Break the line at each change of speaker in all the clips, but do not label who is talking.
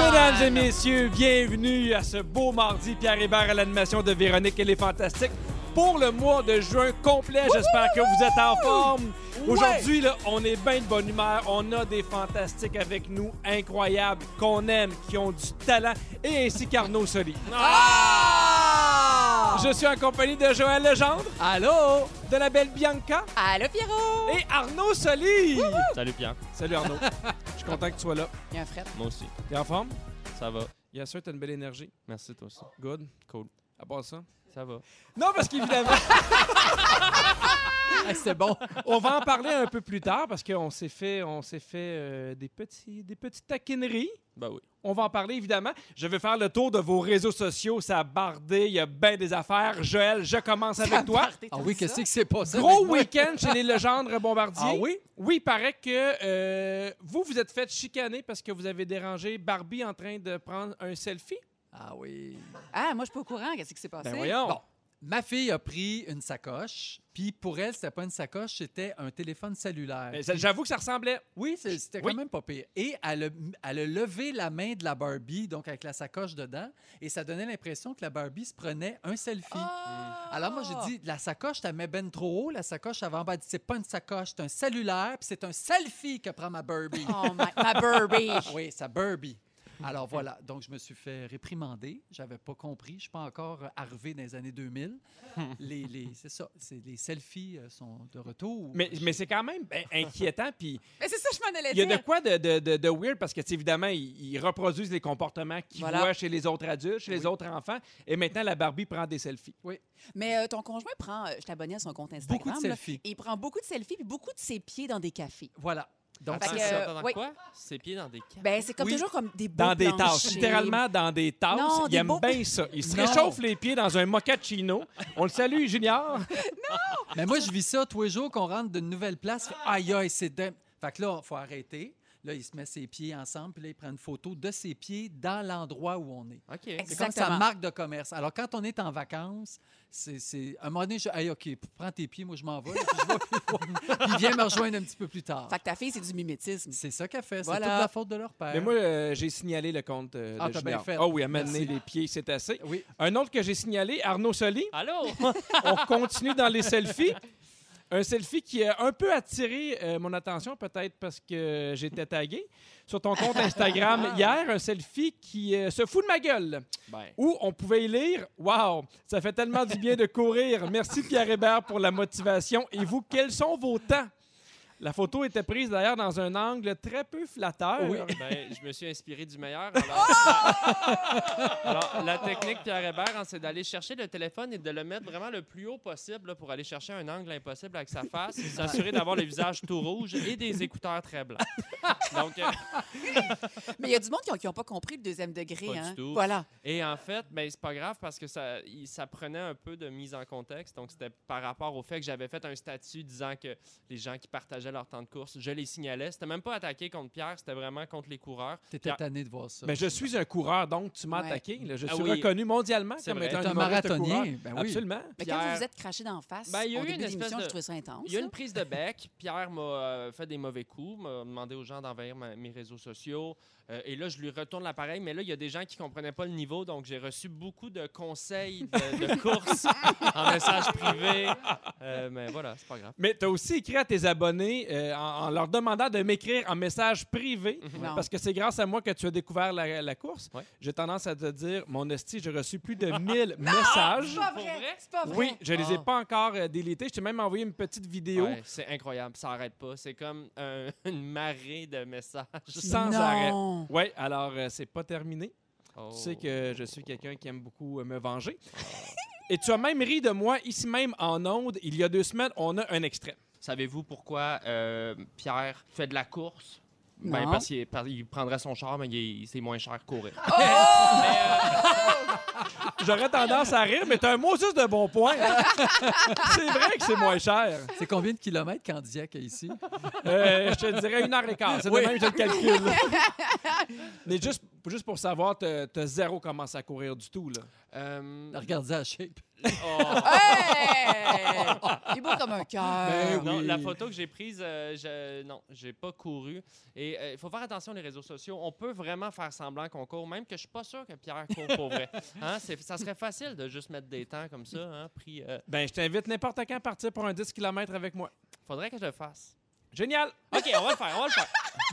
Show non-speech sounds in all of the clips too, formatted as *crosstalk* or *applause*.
Mesdames et messieurs, bienvenue à ce beau mardi. Pierre Hébert à l'animation de Véronique et les Fantastiques pour le mois de juin complet. J'espère que vous êtes en forme. Aujourd'hui, là, on est bien de bonne humeur. On a des fantastiques avec nous, incroyables, qu'on aime, qui ont du talent, et ainsi qu'Arnaud Soli.
Ah!
Je suis en compagnie de Joël Legendre. Allô? De la belle Bianca
Allô, Pierrot!
et Arnaud Soli.
Salut Pierre,
Salut Arnaud. Je suis content que tu sois là.
Il y a un fret.
moi aussi.
T'es en forme?
Ça va.
Bien sûr, t'as une belle énergie.
Merci toi aussi.
Good.
Cool.
À part ça.
Ça va.
Non, parce qu'évidemment, *laughs*
c'est bon.
on va en parler un peu plus tard parce qu'on s'est fait, on s'est fait euh, des, petits, des petites taquineries.
Ben oui.
On va en parler évidemment. Je vais faire le tour de vos réseaux sociaux. Ça a bardé, il y a bien des affaires. Joël, je commence avec toi.
Ah oui, qu'est-ce qui s'est passé?
Gros
avec moi?
week-end chez les Legendres Bombardier.
Ah oui?
Oui, il paraît que euh, vous, vous êtes fait chicaner parce que vous avez dérangé Barbie en train de prendre un selfie.
Ah oui.
Ah, moi, je suis pas au courant. Qu'est-ce qui s'est passé?
Ben voyons.
Bon, ma fille a pris une sacoche, puis pour elle, c'était pas une sacoche, c'était un téléphone cellulaire.
Mais ça- J'avoue que ça ressemblait.
Oui, c'est- c'était
Oui.
quand même pas pire. Et elle a, elle a levé la main de la Barbie, donc avec la sacoche dedans, et ça donnait l'impression que la Barbie se prenait un selfie.
Oh! Ah!
Alors moi, j'ai dit, la sacoche, t'as mets ben trop haut, la sacoche avant bas, elle dit, c'est pas une sacoche, c'est un cellulaire, puis c'est un selfie que prend ma Barbie.
*laughs* Oh, ma, ma Burberry.
Oui, ça Burby. Alors voilà, donc je me suis fait réprimander. J'avais pas compris. Je suis pas encore euh, arrivé dans les années 2000. les, les- c'est ça, c'est, les selfies euh, sont de retour.
Mais, mais c'est quand même ben, inquiétant. Puis
Mais c'est ça, je m'en allais
Il y a
dire.
de quoi de, de- de- de weird parce que, tu sais, évidemment, ils, ils reproduisent les comportements qu'ils
Voilà.
voient chez les autres adultes, chez les
Oui.
autres enfants. Et maintenant, la Barbie prend des selfies.
Mais euh, ton conjoint prend, euh, je t'abonnais à son compte Instagram.
Beaucoup de
là.
selfies.
Il prend beaucoup de selfies puis beaucoup de ses pieds dans des cafés.
Voilà. Donc
Ah,
Fait
c'est
que,
ça.
euh, oui.
quoi? Ses pieds dans des caves.
Ben, c'est comme
Oui.
toujours comme des beaux
Dans des tasses.
planchers.
Littéralement, dans des tasses.
Non,
ils
des
aiment
beaux-
bien ça. Ils se
Non.
réchauffent les pieds dans un mochaccino. On le salue, Junior.
Mais moi, je vis ça tous les jours qu'on rentre d'une nouvelle place. fait, Aïe, aïe, c'est dingue. Fait que là, faut arrêter. Là, il se met ses pieds ensemble, puis là, il prend une photo de ses pieds dans l'endroit où on est.
OK.
Ex-
C'est comme sa
Exactement.
marque de commerce. Alors, quand on est en vacances, c'est, c'est... à un moment donné, je Hey, OK, prends tes pieds, moi, je m'en vais. Puis je
*laughs*
vais- il vient me rejoindre un petit peu plus tard.
Fait que ta fille, c'est du mimétisme.
C'est ça qu'elle fait. C'est
Voilà.
toute la faute de leur père.
Mais moi, euh, j'ai signalé le compte euh,
Ah,
de
t'as bien
Junior.
fait.
Ah oui, à m'amener
Merci.
les pieds, c'est assez.
Oui.
Un autre que j'ai signalé, Arnaud Soli.
Allô?
*laughs*
On continue dans les selfies. Un selfie qui a un peu attiré euh, mon attention, peut-être parce que j'étais tagué. Sur ton compte Instagram hier, un selfie qui euh, se fout de ma gueule,
ben,
où on pouvait y lire Waouh, ça fait tellement du bien de courir. Merci Pierre Hébert pour la motivation. Et vous, quels sont vos temps La photo était prise d'ailleurs dans un angle très peu flatteur.
Oui.
ben, je me suis inspiré du meilleur.
Oh!
Alors, Alors, la technique Pierre Hébert, hein, c'est d'aller chercher le téléphone et de le mettre vraiment le plus haut possible là, pour aller chercher un angle impossible avec sa face, s'assurer d'avoir le visage tout rouge et des écouteurs très blancs. Donc, euh,
Mais il y a du monde qui n'ont pas compris le deuxième degré.
Pas du
hein.
tout.
Voilà.
Et en fait, ben, c'est pas grave parce que ça, il- ça prenait un peu de mise en contexte. Donc, c'était par rapport au fait que j'avais fait un statut disant que les gens qui partageaient leur temps de course, je les signalais. C'était même pas attaqué contre Pierre, c'était vraiment contre les coureurs.
T'étais
Pierre-
tanné de voir ça.
Mais je suis un coureur, donc tu m'as
Ouais.
attaqué. là. Je
Ah
suis
oui.
reconnu mondialement
C'est
comme
vrai.
étant
T'es un
humoriste coureur.
marathonien. Ben oui.
Absolument.
Mais quand vous
Pierre-
vous êtes craché d'en face,
Ben, il y a
au
eu
début
une
de
espèce
l'émission,
de-
je trouvais Oh, ça intense.
Il y a
là.
une prise de bec. Pierre m'a euh, fait des mauvais coups, m'a demandé aux gens d'envahir ma- mes réseaux sociaux. Euh, et là, je lui retourne l'appareil. Mais là, il y a des gens qui comprenaient pas le niveau. Donc, j'ai reçu beaucoup de conseils de, de course en message privé. Euh, mais voilà, c'est pas grave.
Mais tu as aussi écrit à tes abonnés euh, en, en leur demandant de m'écrire en message privé.
Non.
Parce que c'est grâce à moi que tu as découvert la, la course.
Mhm. Ouais.
J'ai tendance à te dire, mon hostie, j'ai reçu plus
*laughs*
de 1000 messages.
C'est pas
Pour vrai?
vrai. C'est pas vrai.
Oui, je les ai
Ah.
pas encore euh, délités. Je t'ai même envoyé une petite vidéo
Ouais, c'est incroyable, ça arrête pas. C'est comme un- *laughs* une marée de messages.
sans
non.
arrêt. Oui, alors euh, c'est pas terminé. Tu sais
Oh.
que je suis quelqu'un qui aime beaucoup euh, me venger. Et tu as même ri de moi ici même en onde. Il y a deux semaines, on a un extrait.
Savez-vous pourquoi euh, Pierre fait de la course? Ben,
Non.
parce qu'il parce qu'il prendrait son char, mais il est- c'est moins cher que courir.
J'aurais tendance à rire, mais t'as un Moses de bon
*laughs*
point. c'est vrai que c'est moins cher.
C'est combien de kilomètres Candiac est
*laughs*
ici?
Euh, je te dirais une heure et quart. C'est de
Oui.
*laughs*
même que je le calcule. mais juste Juste pour savoir, t'as t'as zéro commencé à courir du tout, là.
*laughs* Euh,
Regardez la shape.
*laughs* oh.
Hey! Il est beau comme un cœur.
*laughs* Ben
Non,
oui.
la photo que j'ai prise, euh, je, non, j'ai pas couru. Et euh, il faut faire attention les réseaux sociaux. On peut vraiment faire semblant qu'on court, même que je suis pas sûr que Pierre court pour vrai. *laughs* Hein, c'est- ça serait facile de juste mettre des temps comme ça, hein, pris. euh,
Ben, je t'invite n'importe quand à partir pour un 10 km avec moi.
faudrait que je le fasse.
Génial!
Ok, on va le faire, on va le faire.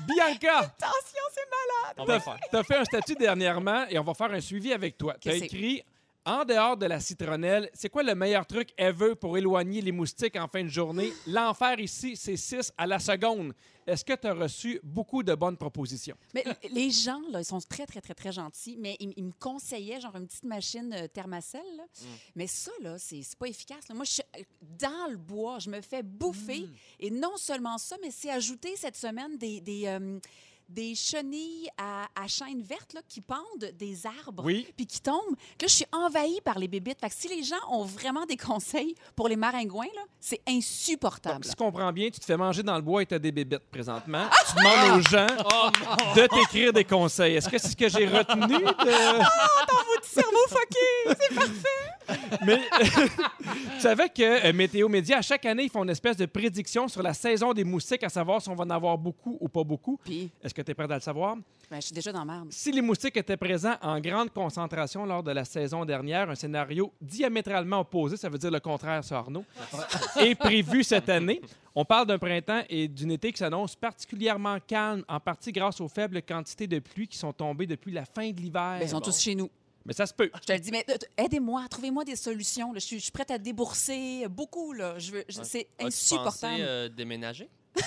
Bianca,
Attention, c'est mal.
On
t'as
va le faire.
t'as fait un statut dernièrement et on va faire un suivi avec toi. T'as
Qu'est-ce que c'est?
écrit En dehors de la citronnelle, c'est quoi le meilleur truc ever pour éloigner les moustiques en fin de journée? L'enfer ici, c'est 6 à la seconde. Est-ce que tu as reçu beaucoup de bonnes propositions?
Mais les gens, là, ils sont très, très, très, très gentils, mais ils, ils me conseillaient, genre, une petite machine euh, thermacelle. là.
Mm.
Mais ça, là, c'est c'est pas efficace. là. Moi, je suis euh, dans le bois, je me fais bouffer.
Mm.
Et non seulement ça, mais c'est ajouté cette semaine des, des, euh, des chenilles à, à chaîne verte là, qui pendent des arbres.
Oui.
Puis qui tombent. Là, je suis envahie par les bébites. Fait que si les gens ont vraiment des *laughs* conseils pour les maringouins, là, c'est insupportable.
Donc, si je comprends bien, tu te fais manger dans le bois et tu as des bébites
Ah!
présentement. Tu demandes aux
*laughs*
gens
Oh,
de t'écrire des conseils. Est-ce que c'est ce que j'ai retenu de.
Votre cerveau fucké!
Mais tu savais que euh, Météo Média, à chaque année, ils font une espèce de prédiction sur la saison des moustiques, à savoir si on va en avoir beaucoup ou pas beaucoup.
*laughs* Puis,
Est-ce que tu es prêt à le savoir?
ben, je suis déjà dans la merde.
Si les moustiques étaient présents en grande concentration lors de la saison dernière, un scénario diamétralement opposé, ça veut dire le contraire sur Arnaud, est prévu cette année. On parle d'un printemps et d'une été qui s'annonce particulièrement calme, en partie grâce aux faibles quantités de pluie qui sont tombées depuis la fin de l'hiver.
Ben, ils sont
Bon.
tous chez nous.
Mais ça se peut.
Je te le dis, mais euh, t- aidez-moi, trouvez-moi des solutions. là. Je, suis, je suis prête à débourser beaucoup. Là. Je veux, je-
Ouais.
c'est
As-tu
insupportable.
pensé, euh, déménager?
*laughs*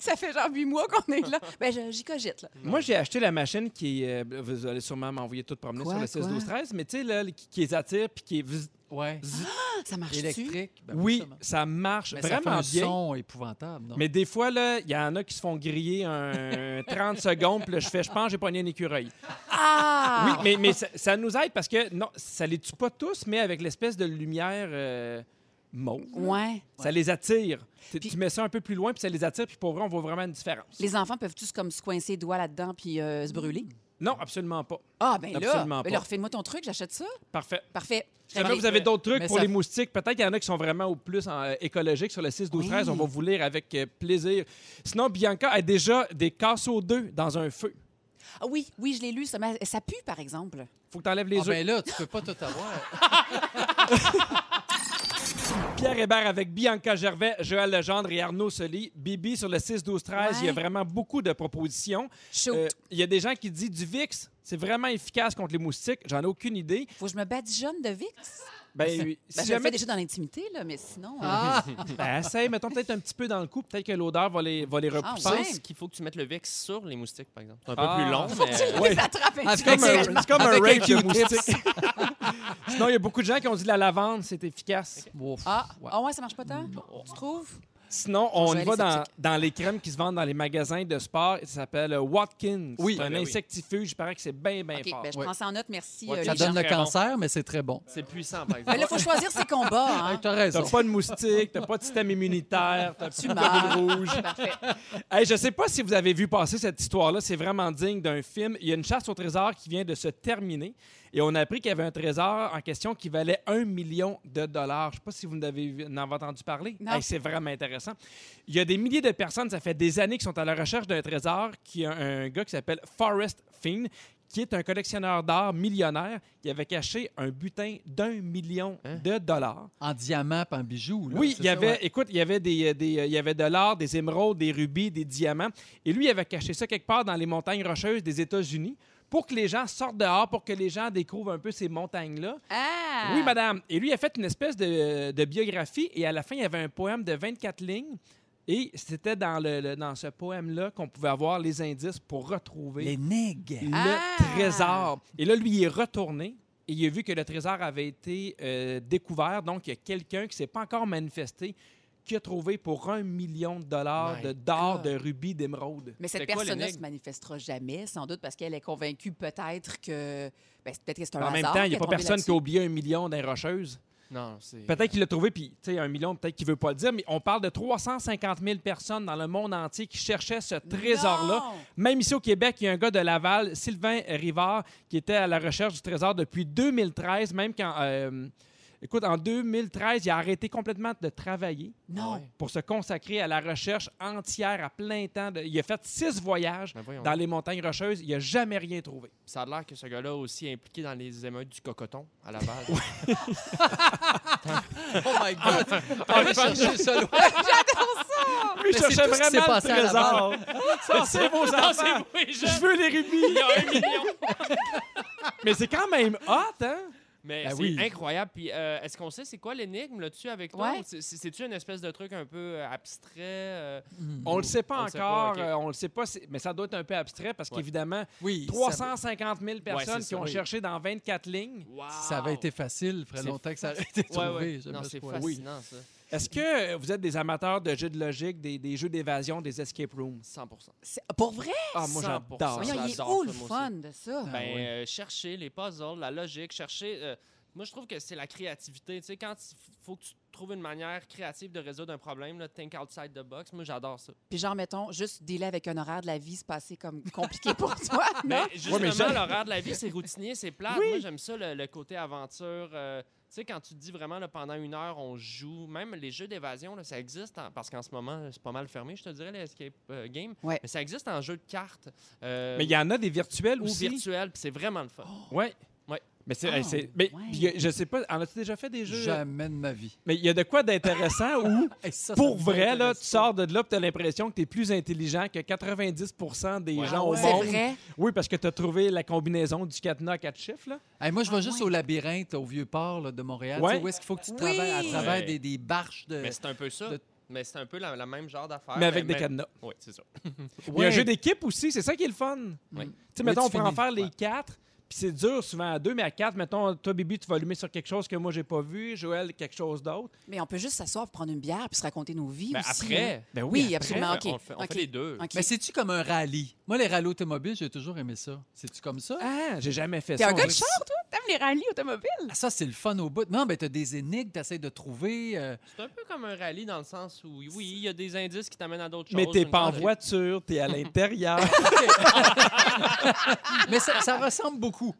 Ça fait genre huit mois qu'on est là. Ben, je- j'y cogite. Là.
Moi, j'ai acheté la machine qui est. euh, vous allez sûrement m'envoyer tout promener
Quoi,
sur le 16, 12, 13, mais tu sais, là, le- qui, qui les attire puis qui est. vzz-
Ouais.
Ah, Ça marche-tu?
Électrique. Ben
oui,
sûrement.
ça marche
Mais ça fait
vraiment
un
bien.
son épouvantable. non?
Mais des fois, là, il y en a qui se font griller
*laughs*
un 30 secondes, puis là, je fais, je pense, j'ai pogné un écureuil. Oui,
Ah!
mais, mais ça, ça nous aide parce que, non, ça les tue pas tous, mais avec l'espèce de lumière euh, mauve, là,
Ouais.
ça les attire. Tu-
Puis-
Tu mets ça un peu plus loin, puis ça les attire, puis pour vrai, on voit vraiment une différence.
Les enfants peuvent tous comme se coincer les doigts là-dedans puis euh, se brûler.
Non, absolument pas.
Ah, ben là,
Absolument
ben
pas.
leur fais-moi ton truc, j'achète ça.
Parfait.
Parfait.
Si jamais
J'avais-
vous avez d'autres trucs
Mais
pour
ça-
les moustiques, peut-être qu'il y en a qui sont vraiment au plus en- euh, écologiques sur le 6, 12,
Oui.
13. On va vous lire avec euh, plaisir. Sinon, Bianca a déjà des casseaux d'œufs dans un feu.
Ah oui, oui, je l'ai lu. Ça, m'a- ça pue, par exemple.
Faut que tu enlèves
Ah,
les œufs.
ben là, tu peux pas tout avoir.
*laughs* Pierre Hébert avec Bianca Gervais, Joël Legendre et Arnaud Soli. Bibi sur le 6, 12, 13. Il y a
Ouais.
vraiment beaucoup de propositions.
Shoot.
Euh, Il y a des gens qui disent du VIX, c'est vraiment efficace contre les moustiques. J'en ai aucune idée.
Faut que je me badigeonne de Vix.
Ben, oui,
Ben,
si
je le fais
jamais.
déjà dans l'intimité, là, mais sinon. euh,
Ah!
Ben, essaye, mettons peut-être un petit peu dans le coup, peut-être que l'odeur va les, va les
Je
repousser.
ouais.
pense qu'il faut que tu mettes le VIX sur les moustiques, par exemple. C'est un peu
Ah.
plus
*laughs*
long,
Faut
mais...
Tu
Ouais.
les attrapes
Avec
C'est comme un,
individuellement.
c'est comme un
Avec un
raid de
Q-tips.
moustiques. *laughs* Sinon, il y a beaucoup de gens qui ont dit la lavande, c'est efficace.
Ouf.
Ah,
Ouais.
ah ouais, ça marche pas tant? Tu trouves?
Sinon, on
Je vais
y va
aller
dans,
sceptique.
dans les crèmes qui se vendent dans les magasins de sport. Ça s'appelle euh, Watkins.
Oui.
C'est un
Ben oui.
insectifuge. Il paraît que c'est bien, bien
OK,
fort.
ben, je
Ouais.
prends ça en note. Merci,
Ouais,
euh,
ça
Ça
les gens.
donne le
très bon.
cancer, mais c'est très bon.
C'est puissant, par exemple.
Ben là, faut choisir ses
*laughs*
combats. Hein?
T'as raison.
T'as pas de moustiques, t'as pas de système immunitaire, t'as
Tu
plus de
meurs.
boule rouge.
Ah, Parfait.
Hey, je sais pas si vous avez vu passer cette histoire-là. C'est vraiment digne d'un film. Il y a une chasse au trésor qui vient de se terminer et on a appris qu'il y avait un trésor en question qui valait un million de dollars. Je sais pas si vous en avez, vu- en avez entendu parler.
Non.
Hey, c'est vraiment intéressant. Il y a des milliers de personnes, ça fait des années, qui sont à la recherche d'un trésor qui a un gars qui s'appelle Forrest Finn qui est un collectionneur d'art millionnaire qui avait caché un butin d'un million
Hein?
de dollars.
En diamant pis en bijoux. là,
Ah. Oui,
c'est
il y
ça,
avait,
ouais.
écoute, il y avait des, euh, des, euh, il y avait de l'or, des émeraudes, des rubis, des diamants. Et lui, il avait caché ça quelque part dans les montagnes rocheuses des États-Unis pour que les gens sortent dehors, pour que les gens découvrent un peu ces montagnes-là.
Ah!
Oui, madame. Et lui, il a fait une espèce de, de biographie et à la fin, il y avait un poème de 24 lignes. Et c'était dans, le, le- dans ce poème-là qu'on pouvait avoir les indices pour retrouver
Les nègres.
le
Ah!
trésor. Et là, lui, il est retourné et il a vu que le trésor avait été euh, découvert. Donc, il y a quelqu'un qui ne s'est pas encore manifesté qui a trouvé pour un million de dollars
My
de d'or,
God.
de rubis, d'émeraudes.
Mais cette
C'était quoi,
personne-là ne
l'énigme?
se manifestera jamais, sans doute, parce qu'elle est convaincue peut-être que. ben, c'est- peut-être que c'est un
En même
hasard
temps, il n'y
qu'elle
a pas
tombée
personne qui
là-dessus.
a oublié un million d'un rocheuse.
Non, c'est.
Peut-être qu'il l'a trouvé, puis tu sais, un million, peut-être qu'il veut pas le dire, mais on parle de 350 000 personnes dans le monde entier qui cherchaient ce trésor-là.
Non!
Même ici au Québec, il y a un gars de Laval, Sylvain Rivard, qui était à la recherche du trésor depuis 2013, même quand. euh, écoute, en 2013, il a arrêté complètement de travailler
Non.
Ouais.
pour se consacrer à la recherche entière à plein temps. de- Il a fait six voyages
Ben voyons.
dans les montagnes rocheuses. Il n'a jamais rien trouvé.
Ça a l'air que ce gars-là aussi est impliqué dans les émeutes du cocoton à la base.
Oh my God!
Ah,
Allez chercher ça loin.
Lui,
Mais
il
c'est
cherchait
tout ce qui s'est
vraiment le
passé à
trésor.
Laval.
Ça, Ah, c'est vos enfants. Je veux les rubis. Mais c'est quand même hot, hein?
Mais
Ben
c'est
oui.
incroyable. Puis euh, est-ce qu'on sait c'est quoi l'énigme là-dessus avec toi?
Ouais.
Ou c'est- c'est- C'est-tu une espèce de truc un peu euh, abstrait? euh,
On le sait
On
pas
le sait pas,
encore,
ok.
euh, on le sait pas, c'est- mais ça doit être un peu abstrait parce
Ouais.
qu'évidemment,
Oui,
350 000 personnes
c'est
qui
ça,
ont
oui.
cherché dans 24 lignes.
Wow!
Si ça avait été facile, il ferait
C'est
longtemps que ça aurait été
Ouais,
trouvé.
ouais.
je
Non,
me
c'est
crois.
fascinant, ça.
Est-ce que vous êtes des amateurs de jeux de logique, des, des jeux d'évasion, des escape rooms?
100
C'est- Pour vrai?
Ah, moi,
100%.
j'adore
Voyons,
ça.
il est
j'adore
où
ça,
le
moi aussi.
fun de ça?
Ah
Ben,
ouais.
euh, chercher les puzzles, la logique, chercher. euh, moi, je trouve que c'est la créativité. Tu sais, quand il f- faut que tu trouves une manière créative de résoudre un problème, là, think outside the box, moi, j'adore ça.
Puis genre, mettons, juste délai avec un horaire de la vie, se passer comme compliqué
*laughs*
pour toi,
Mais
non?
justement,
mais ça-
l'horaire de la vie, c'est routinier, c'est plate. Moi, j'aime ça, le, le côté aventure. euh, tu sais, quand tu te dis vraiment, là, pendant une heure, on joue. Même les jeux d'évasion, là, ça existe. en- parce qu'en ce moment, c'est pas mal fermé, je te dirais, les escape euh, games.
Ouais.
Mais ça existe en jeu de cartes. euh,
Mais il y en a des virtuels
ou
aussi.
virtuel, puis c'est vraiment le fun.
Ouais.
Ouais.
Mais, c'est,
Ah,
c'est- mais
ouais.
puis, euh, je sais pas, en as-tu déjà fait des jeux?
Jamais de ma vie.
Mais il y a de quoi *laughs* d'intéressant où,
Hey, ça, ça
pour
me
vrai, là,
intéresse
tu sors de là et tu as l'impression que tu es plus intelligent que 90 des
Ouais.
gens
Ah
au
ouais.
monde.
C'est vrai?
Oui, parce que tu as trouvé la combinaison du cadenas à quatre chiffres. Là.
pas. Hey, moi, je vais
Ah,
juste
ouais.
au labyrinthe, au vieux port là, de Montréal.
Ouais.
tu sais, Où est-ce qu'il faut que tu
Oui.
travailles à travers
Ouais.
des, des barches de.
Mais c'est un peu ça.
de-
Mais c'est un peu la, la même genre d'affaire.
Mais avec des cadenas.
Oui, c'est ça.
Il y a un
Ouais.
jeu d'équipe aussi, c'est ça qui est le fun. Tu
Oui.
sais,
Mais
mettons,
tu
on peut en
finis,
faire les
ouais.
quatre, puis c'est dur souvent à deux, mais à quatre, mettons, toi, Bibi, tu vas allumer sur quelque chose que moi, j'ai pas vu, Joël, quelque chose d'autre.
Mais on peut juste s'asseoir, prendre une bière, puis se raconter nos vies
Ben,
aussi, hein.
après,
Ben
Oui, absolument.
après,
OK.
on, fait, on fait
OK.
les deux.
OK.
Mais c'est-tu comme un rallye? Moi, les rallyes automobiles, j'ai toujours aimé ça. C'est-tu comme ça?
Ah, j'ai jamais fait
T'es
ça.
un
on
gars
dirait
de
que-
char, toi? T'aimes les rallyes automobiles?
Ah, ça, c'est le fun au bout. Non, ben, t'as des énigmes, t'essayes de trouver. euh,
C'est un peu comme un rallye dans le sens où, oui, il y a des indices qui t'amènent à d'autres choses.
Mais t'es
une
pas en
corde-
voiture, t'es à l'intérieur.
Mais ça, ça ressemble beaucoup.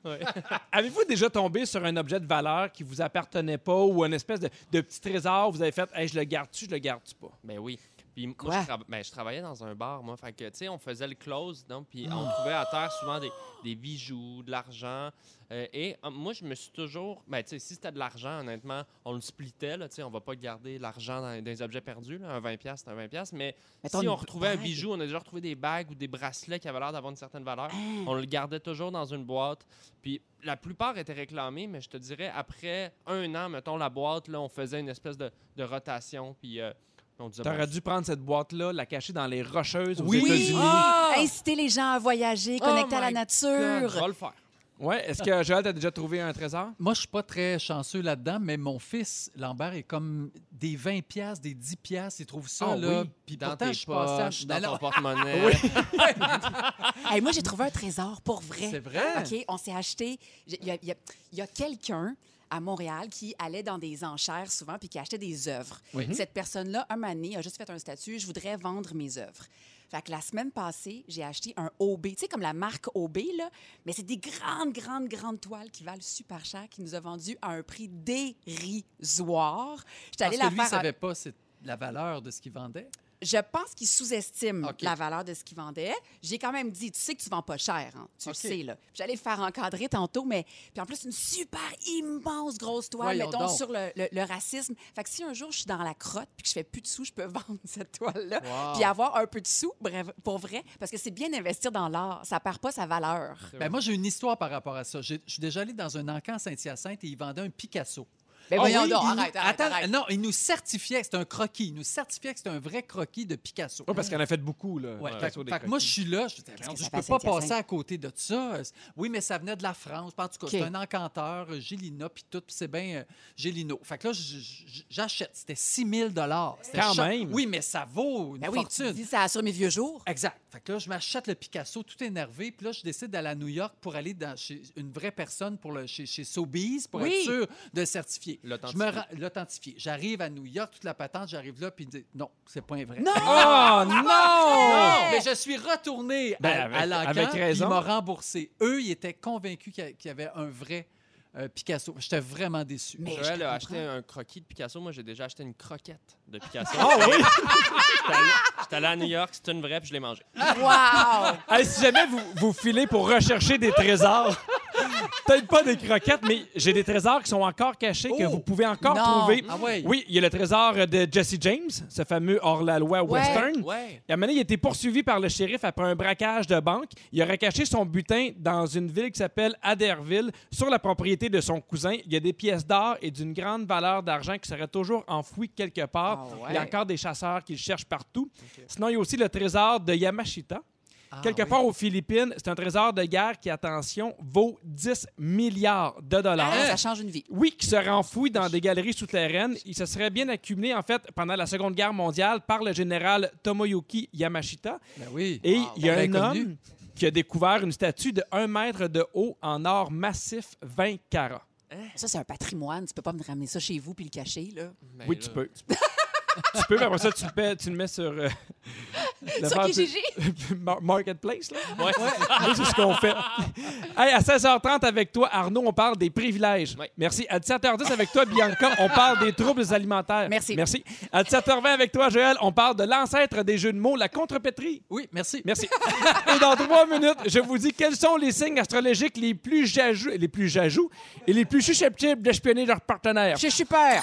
Avez-vous déjà tombé sur un objet de valeur qui vous appartenait pas ou une espèce de, de petit trésor, vous avez fait, hey, je le garde-tu, je le garde-tu pas?
Ben oui. Puis moi,
Quoi?
je, trava- ben, je travaillais dans un bar, moi. Fait que, tu sais, on faisait le close, donc, puis
Ah!
on trouvait à terre souvent des, des bijoux, de l'argent. Euh, et euh, moi, je me suis toujours. Ben, tu sais, si c'était de l'argent, honnêtement, on le splittait, là. Tu sais, on va pas garder l'argent dans, dans les objets perdus, là. Un 20$, c'est un 20$. Mais
Mettons
si
une
on retrouvait un
bague.
bijou, on a déjà retrouvé des bagues ou des bracelets qui avaient l'air d'avoir une certaine valeur.
Hein?
On le gardait toujours dans une boîte. Puis la plupart étaient réclamés, mais je te dirais, après un an, mettons, la boîte, là, on faisait une espèce de, de rotation. Puis euh, on disait. bon,
T'aurais dû prendre cette boîte-là, la cacher dans les rocheuses aux
Oui!
États-Unis.
Ah!
Inciter les gens à voyager,
Oh
connecter à la
my
nature.
God, je vais le faire.
Ouais, est-ce que Joël, t'as déjà trouvé un trésor?
Moi, je suis pas très chanceux là-dedans, mais mon fils, Lambert, est comme des 20 pièces, des 10 pièces, il trouve ça,
Ah
là.
oui,
Puis
Dans
pourtant,
tes
je suis passé
poches,
à... Non,
dans ton
non,
porte-monnaie.
*laughs* Hey, moi, j'ai trouvé un trésor pour vrai.
C'est vrai?
OK, on s'est acheté. j'ai- Il y a, il y a- il y a quelqu'un à Montréal qui allait dans des enchères souvent puis qui achetait des œuvres. Cette personne-là, un moment donné, a juste fait un statut Je voudrais vendre mes œuvres. Fait que la semaine passée, j'ai acheté un OB, tu sais, comme la marque OB, là, mais c'est des grandes, grandes, grandes toiles qui valent super cher, qui nous a vendu à un prix dérisoire. J'étais
Parce
allée la
que lui, il
faire. à-
savait pas c'est la valeur de ce qu'il vendait.
je pense qu'il sous-estime
OK.
la valeur de ce qu'il vendait. J'ai quand même dit, tu sais que tu vends pas cher, hein? tu le
OK.
sais là. Puis J'allais le faire encadrer tantôt, mais puis en plus une super immense grosse toile,
Voyons
mettons
donc.
sur le, le- le racisme. Fait que si un jour je suis dans la crotte puis que je fais plus de sous, je peux *laughs* vendre cette toile là,
Wow.
puis avoir un peu de sous, bref, pour vrai, parce que c'est bien investir dans l'art, ça perd pas sa valeur.
Ben, moi, j'ai une histoire par rapport à ça. J'ai- Je suis déjà allé dans un encan à Saint-Hyacinthe et il vendait un Picasso.
Mais
Ah
Ben voyons
oui,
donc,
il nous-
arrête, arrête,
Attends,
arrête.
Non, il nous certifiait que c'était un croquis. Il nous certifiait que c'était un vrai croquis de Picasso.
Oui, parce qu'il en a fait beaucoup, là.
Ouais,
des
fait,
réseaux des
fait que moi, je
croquis.
suis là, je dis,
Qu'est-ce
Merde,
que
je
ça
peux
fait
pas
à Saint-Hyacinthe?
passer à côté de ça. Oui, mais ça venait de la France. En tout cas,
OK.
c'est un encanteur, euh, Gélina, puis tout, puis c'est bien euh, Gélino. Fait que là, j- j- j'achète. C'était 6 000 C'était
Quand
choc.
même.
Oui, mais ça vaut une
Ben oui, tu
fortune.
dis ça sur mes vieux jours.
Exact. Fait que là, je m'achète le Picasso tout énervé, puis là, je décide d'aller à New York pour aller dans, chez une vraie personne, pour le, chez, chez Sobeys, pour
Oui.
être sûr de certifier. l'authentifier. Je me rends- l'authentifier. J'arrive à New York, toute la patente, j'arrive là, puis il dit, non, c'est pas un vrai.
Non!
Oh non!
Mais je suis retourné
Ben,
à,
avec-
à Lacan,
avec
puis
raison.
il m'a remboursé. Eux, ils étaient convaincus qu'il y a- qu'il y avait un vrai euh, Picasso. J'étais vraiment déçu.
Mais- je
Joël a
comprends.
acheté un croquis de Picasso. Moi, j'ai déjà acheté une croquette de Picasso.
Ah oui!
J'étais allé- J'étais allé à New York, c'était une vraie, puis je l'ai mangée.
*laughs* Wow!
Hey, si jamais vous, vous filez pour rechercher des trésors, *laughs* peut-être pas des croquettes, mais j'ai des trésors qui sont encore cachés, que
Oh!
vous pouvez encore
Non.
trouver.
Ah ouais.
Oui, il y a le trésor de Jesse James, ce fameux hors-la-loi western.
Ouais.
Et à un moment donné, il a été poursuivi par le shérif après un braquage de banque. Il aurait caché son butin dans une ville qui s'appelle Adairville, sur la propriété de son cousin. Il y a des pièces d'or et d'une grande valeur d'argent qui seraient toujours enfouies quelque part.
Ah ouais.
Il y a encore des chasseurs qui le cherchent partout. Sinon, il y a aussi le trésor de Yamashita.
Ah,
Quelque
oui.
part aux Philippines, c'est un trésor de guerre qui, attention, vaut 10 milliards de dollars.
Ah, ça change une vie.
Oui, qui serait enfoui dans des galeries souterraines. Il se serait bien accumulé, en fait, pendant la Seconde Guerre mondiale par le général Tomoyuki Yamashita.
Ben oui.
Et
Wow.
il y a
Ben
un
connu.
homme qui a découvert une statue de 1 mètre de haut en or massif 20 carats.
Ça, c'est un patrimoine. Tu peux pas me ramener ça chez vous puis le cacher, là.
Mais
oui,
Ben là-
tu peux. Tu peux, Tu peux, mais après ça, tu le, paies- tu le mets sur...
*laughs*
euh, le
Sur
vente-
Kijiji?
*laughs* Mar- Marketplace, là.
Ouais.
Oui, c'est ce qu'on fait. Hey, à 16h30 avec toi, Arnaud, on parle des privilèges.
Oui.
Merci. À 17h10 avec toi, Bianca, on parle des troubles alimentaires.
Merci.
Merci. À 17h20 avec toi, Joël, on parle de l'ancêtre des jeux de mots, la contrepétrie.
Oui, merci.
Merci. et dans trois minutes, je vous dis quels sont les signes astrologiques les plus jajou- les plus jajous et les plus susceptibles d'espionner leur partenaire.
Je suis super!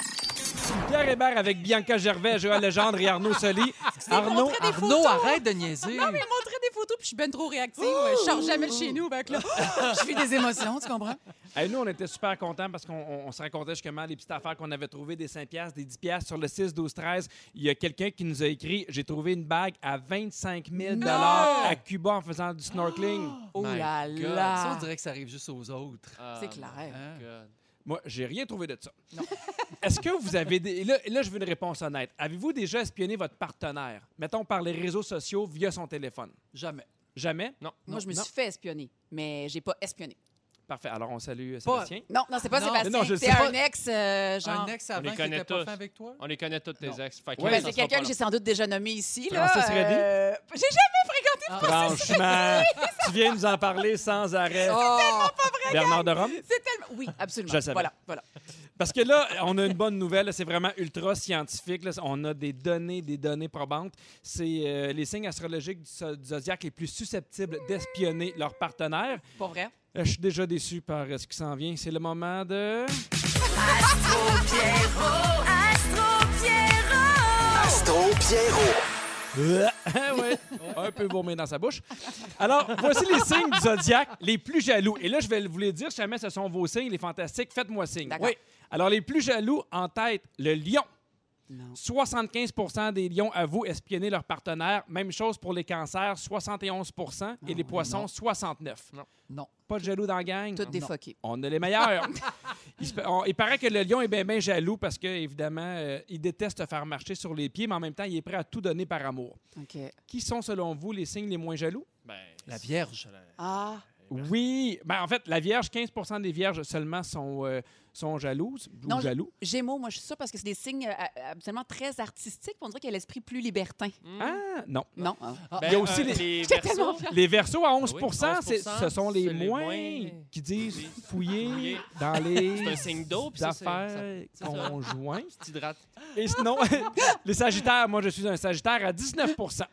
Pierre Hébert avec Bianca Gervais, Joël Legendre et Arnaud Soli. Arnaud,
montré des
Arnaud,
photos.
arrête de niaiser.
Non, mais elle montrait des photos, puis je suis ben trop réactive. Je sors jamais de chez nous. Fait que là, je vis des émotions, tu comprends?
Hey, nous, on était super contents parce qu'on on- on se racontait justement les petites affaires qu'on avait trouvées, des 5 piastres, des 10 piastres. Sur le 6, 12, 13, il y a quelqu'un qui nous a écrit « J'ai trouvé une bague à 25 000 à Cuba en faisant du snorkeling.
*laughs* Oh
My
là
God.
Ça,
là!
on dirait que ça arrive juste aux autres.
Ah,
C'est clair.
Hein?
God.
Moi, j'ai rien trouvé de ça. *laughs* Est-ce que vous avez des... Là, là, je veux une réponse honnête. Avez-vous déjà espionné votre partenaire, mettons par les réseaux sociaux, via son téléphone?
Jamais.
Jamais?
Moi, je me
non.
suis fait espionner, mais j'ai pas espionné.
Parfait. Alors, on salue euh,
Pas-
Sébastien.
Non, non, c'est pas
Non.
Sébastien.
Mais non, je
c'est
sais pas.
un ex, euh, genre.
Un ex
les
avant qui
connaît
était pas
tous.
fin avec toi?
On les connaît tous, tes
Non.
ex. Fait que
Ben,
Ouais,
ça sera
c'est quelqu'un
pas
que
long.
j'ai sans doute déjà nommé ici. Là,
Francis Raby?
Euh, J'ai jamais fréquenté.
Ah.
Franchement, tu viens nous en parler sans arrêt. Bernard de Rome.
C'est tellement. Oui, absolument.
Je le savais.
Voilà, voilà.
Parce que là, on a une bonne nouvelle, là, c'est vraiment ultra scientifique. là. On a des données, des données probantes. C'est euh, les signes astrologiques du, so- du zodiaque les plus susceptibles d'espionner leur partenaire.
Pas vrai?
Euh, Je suis déjà déçu par euh, ce qui s'en vient. C'est le moment de.
Astro Pierrot.
*laughs* Ouais, un peu vomir dans sa bouche. Alors, voici les signes du zodiaque les plus jaloux. Et là, je vais vous les dire. Si jamais ce sont vos signes, les fantastiques, faites-moi signe.
D'accord.
Oui. Alors, les plus jaloux en tête, le lion.
Non.
75 des lions avouent espionner leur partenaire. Même chose pour les cancers, 71 et les poissons, 69
Non.
Pas de jaloux dans la gang?
Toutes défoquées.
On est les meilleurs. *laughs* il, se pa- on- il paraît que le lion est bien ben jaloux parce que évidemment, euh, il déteste faire marcher sur les pieds, mais en même temps, il est prêt à tout donner par amour.
OK.
Qui sont, selon vous, les signes les moins jaloux?
Ben,
La Vierge.
Ah,
Eh
Oui. Ben, en fait, la Vierge, 15 des Vierges seulement sont, euh, sont jalouses ou
Non, je-
jaloux.
Gémeaux, moi, je suis ça parce que c'est des signes euh, a- absolument très artistiques. puis On dirait qu'il y a l'esprit plus libertin.
Ah,
*laughs*
non.
Non. hein.
ben,
Il y a aussi les-
*laughs* J'étais tellement fière.
Les versos à 11,
Ah oui, 11%,
c'est- ce sont les
c'est les
moins
moins.
qui disent
Oui.
fouiller
Fouiller.
dans
*laughs*
les
C'est un signe d'eau, puis ça, c'est-
affaires
ça- c'est ça.
conjointes.
Tu t'hydrates.
Et sinon, *laughs* les sagittaires, moi je suis un sagittaire à 19
Bon, pas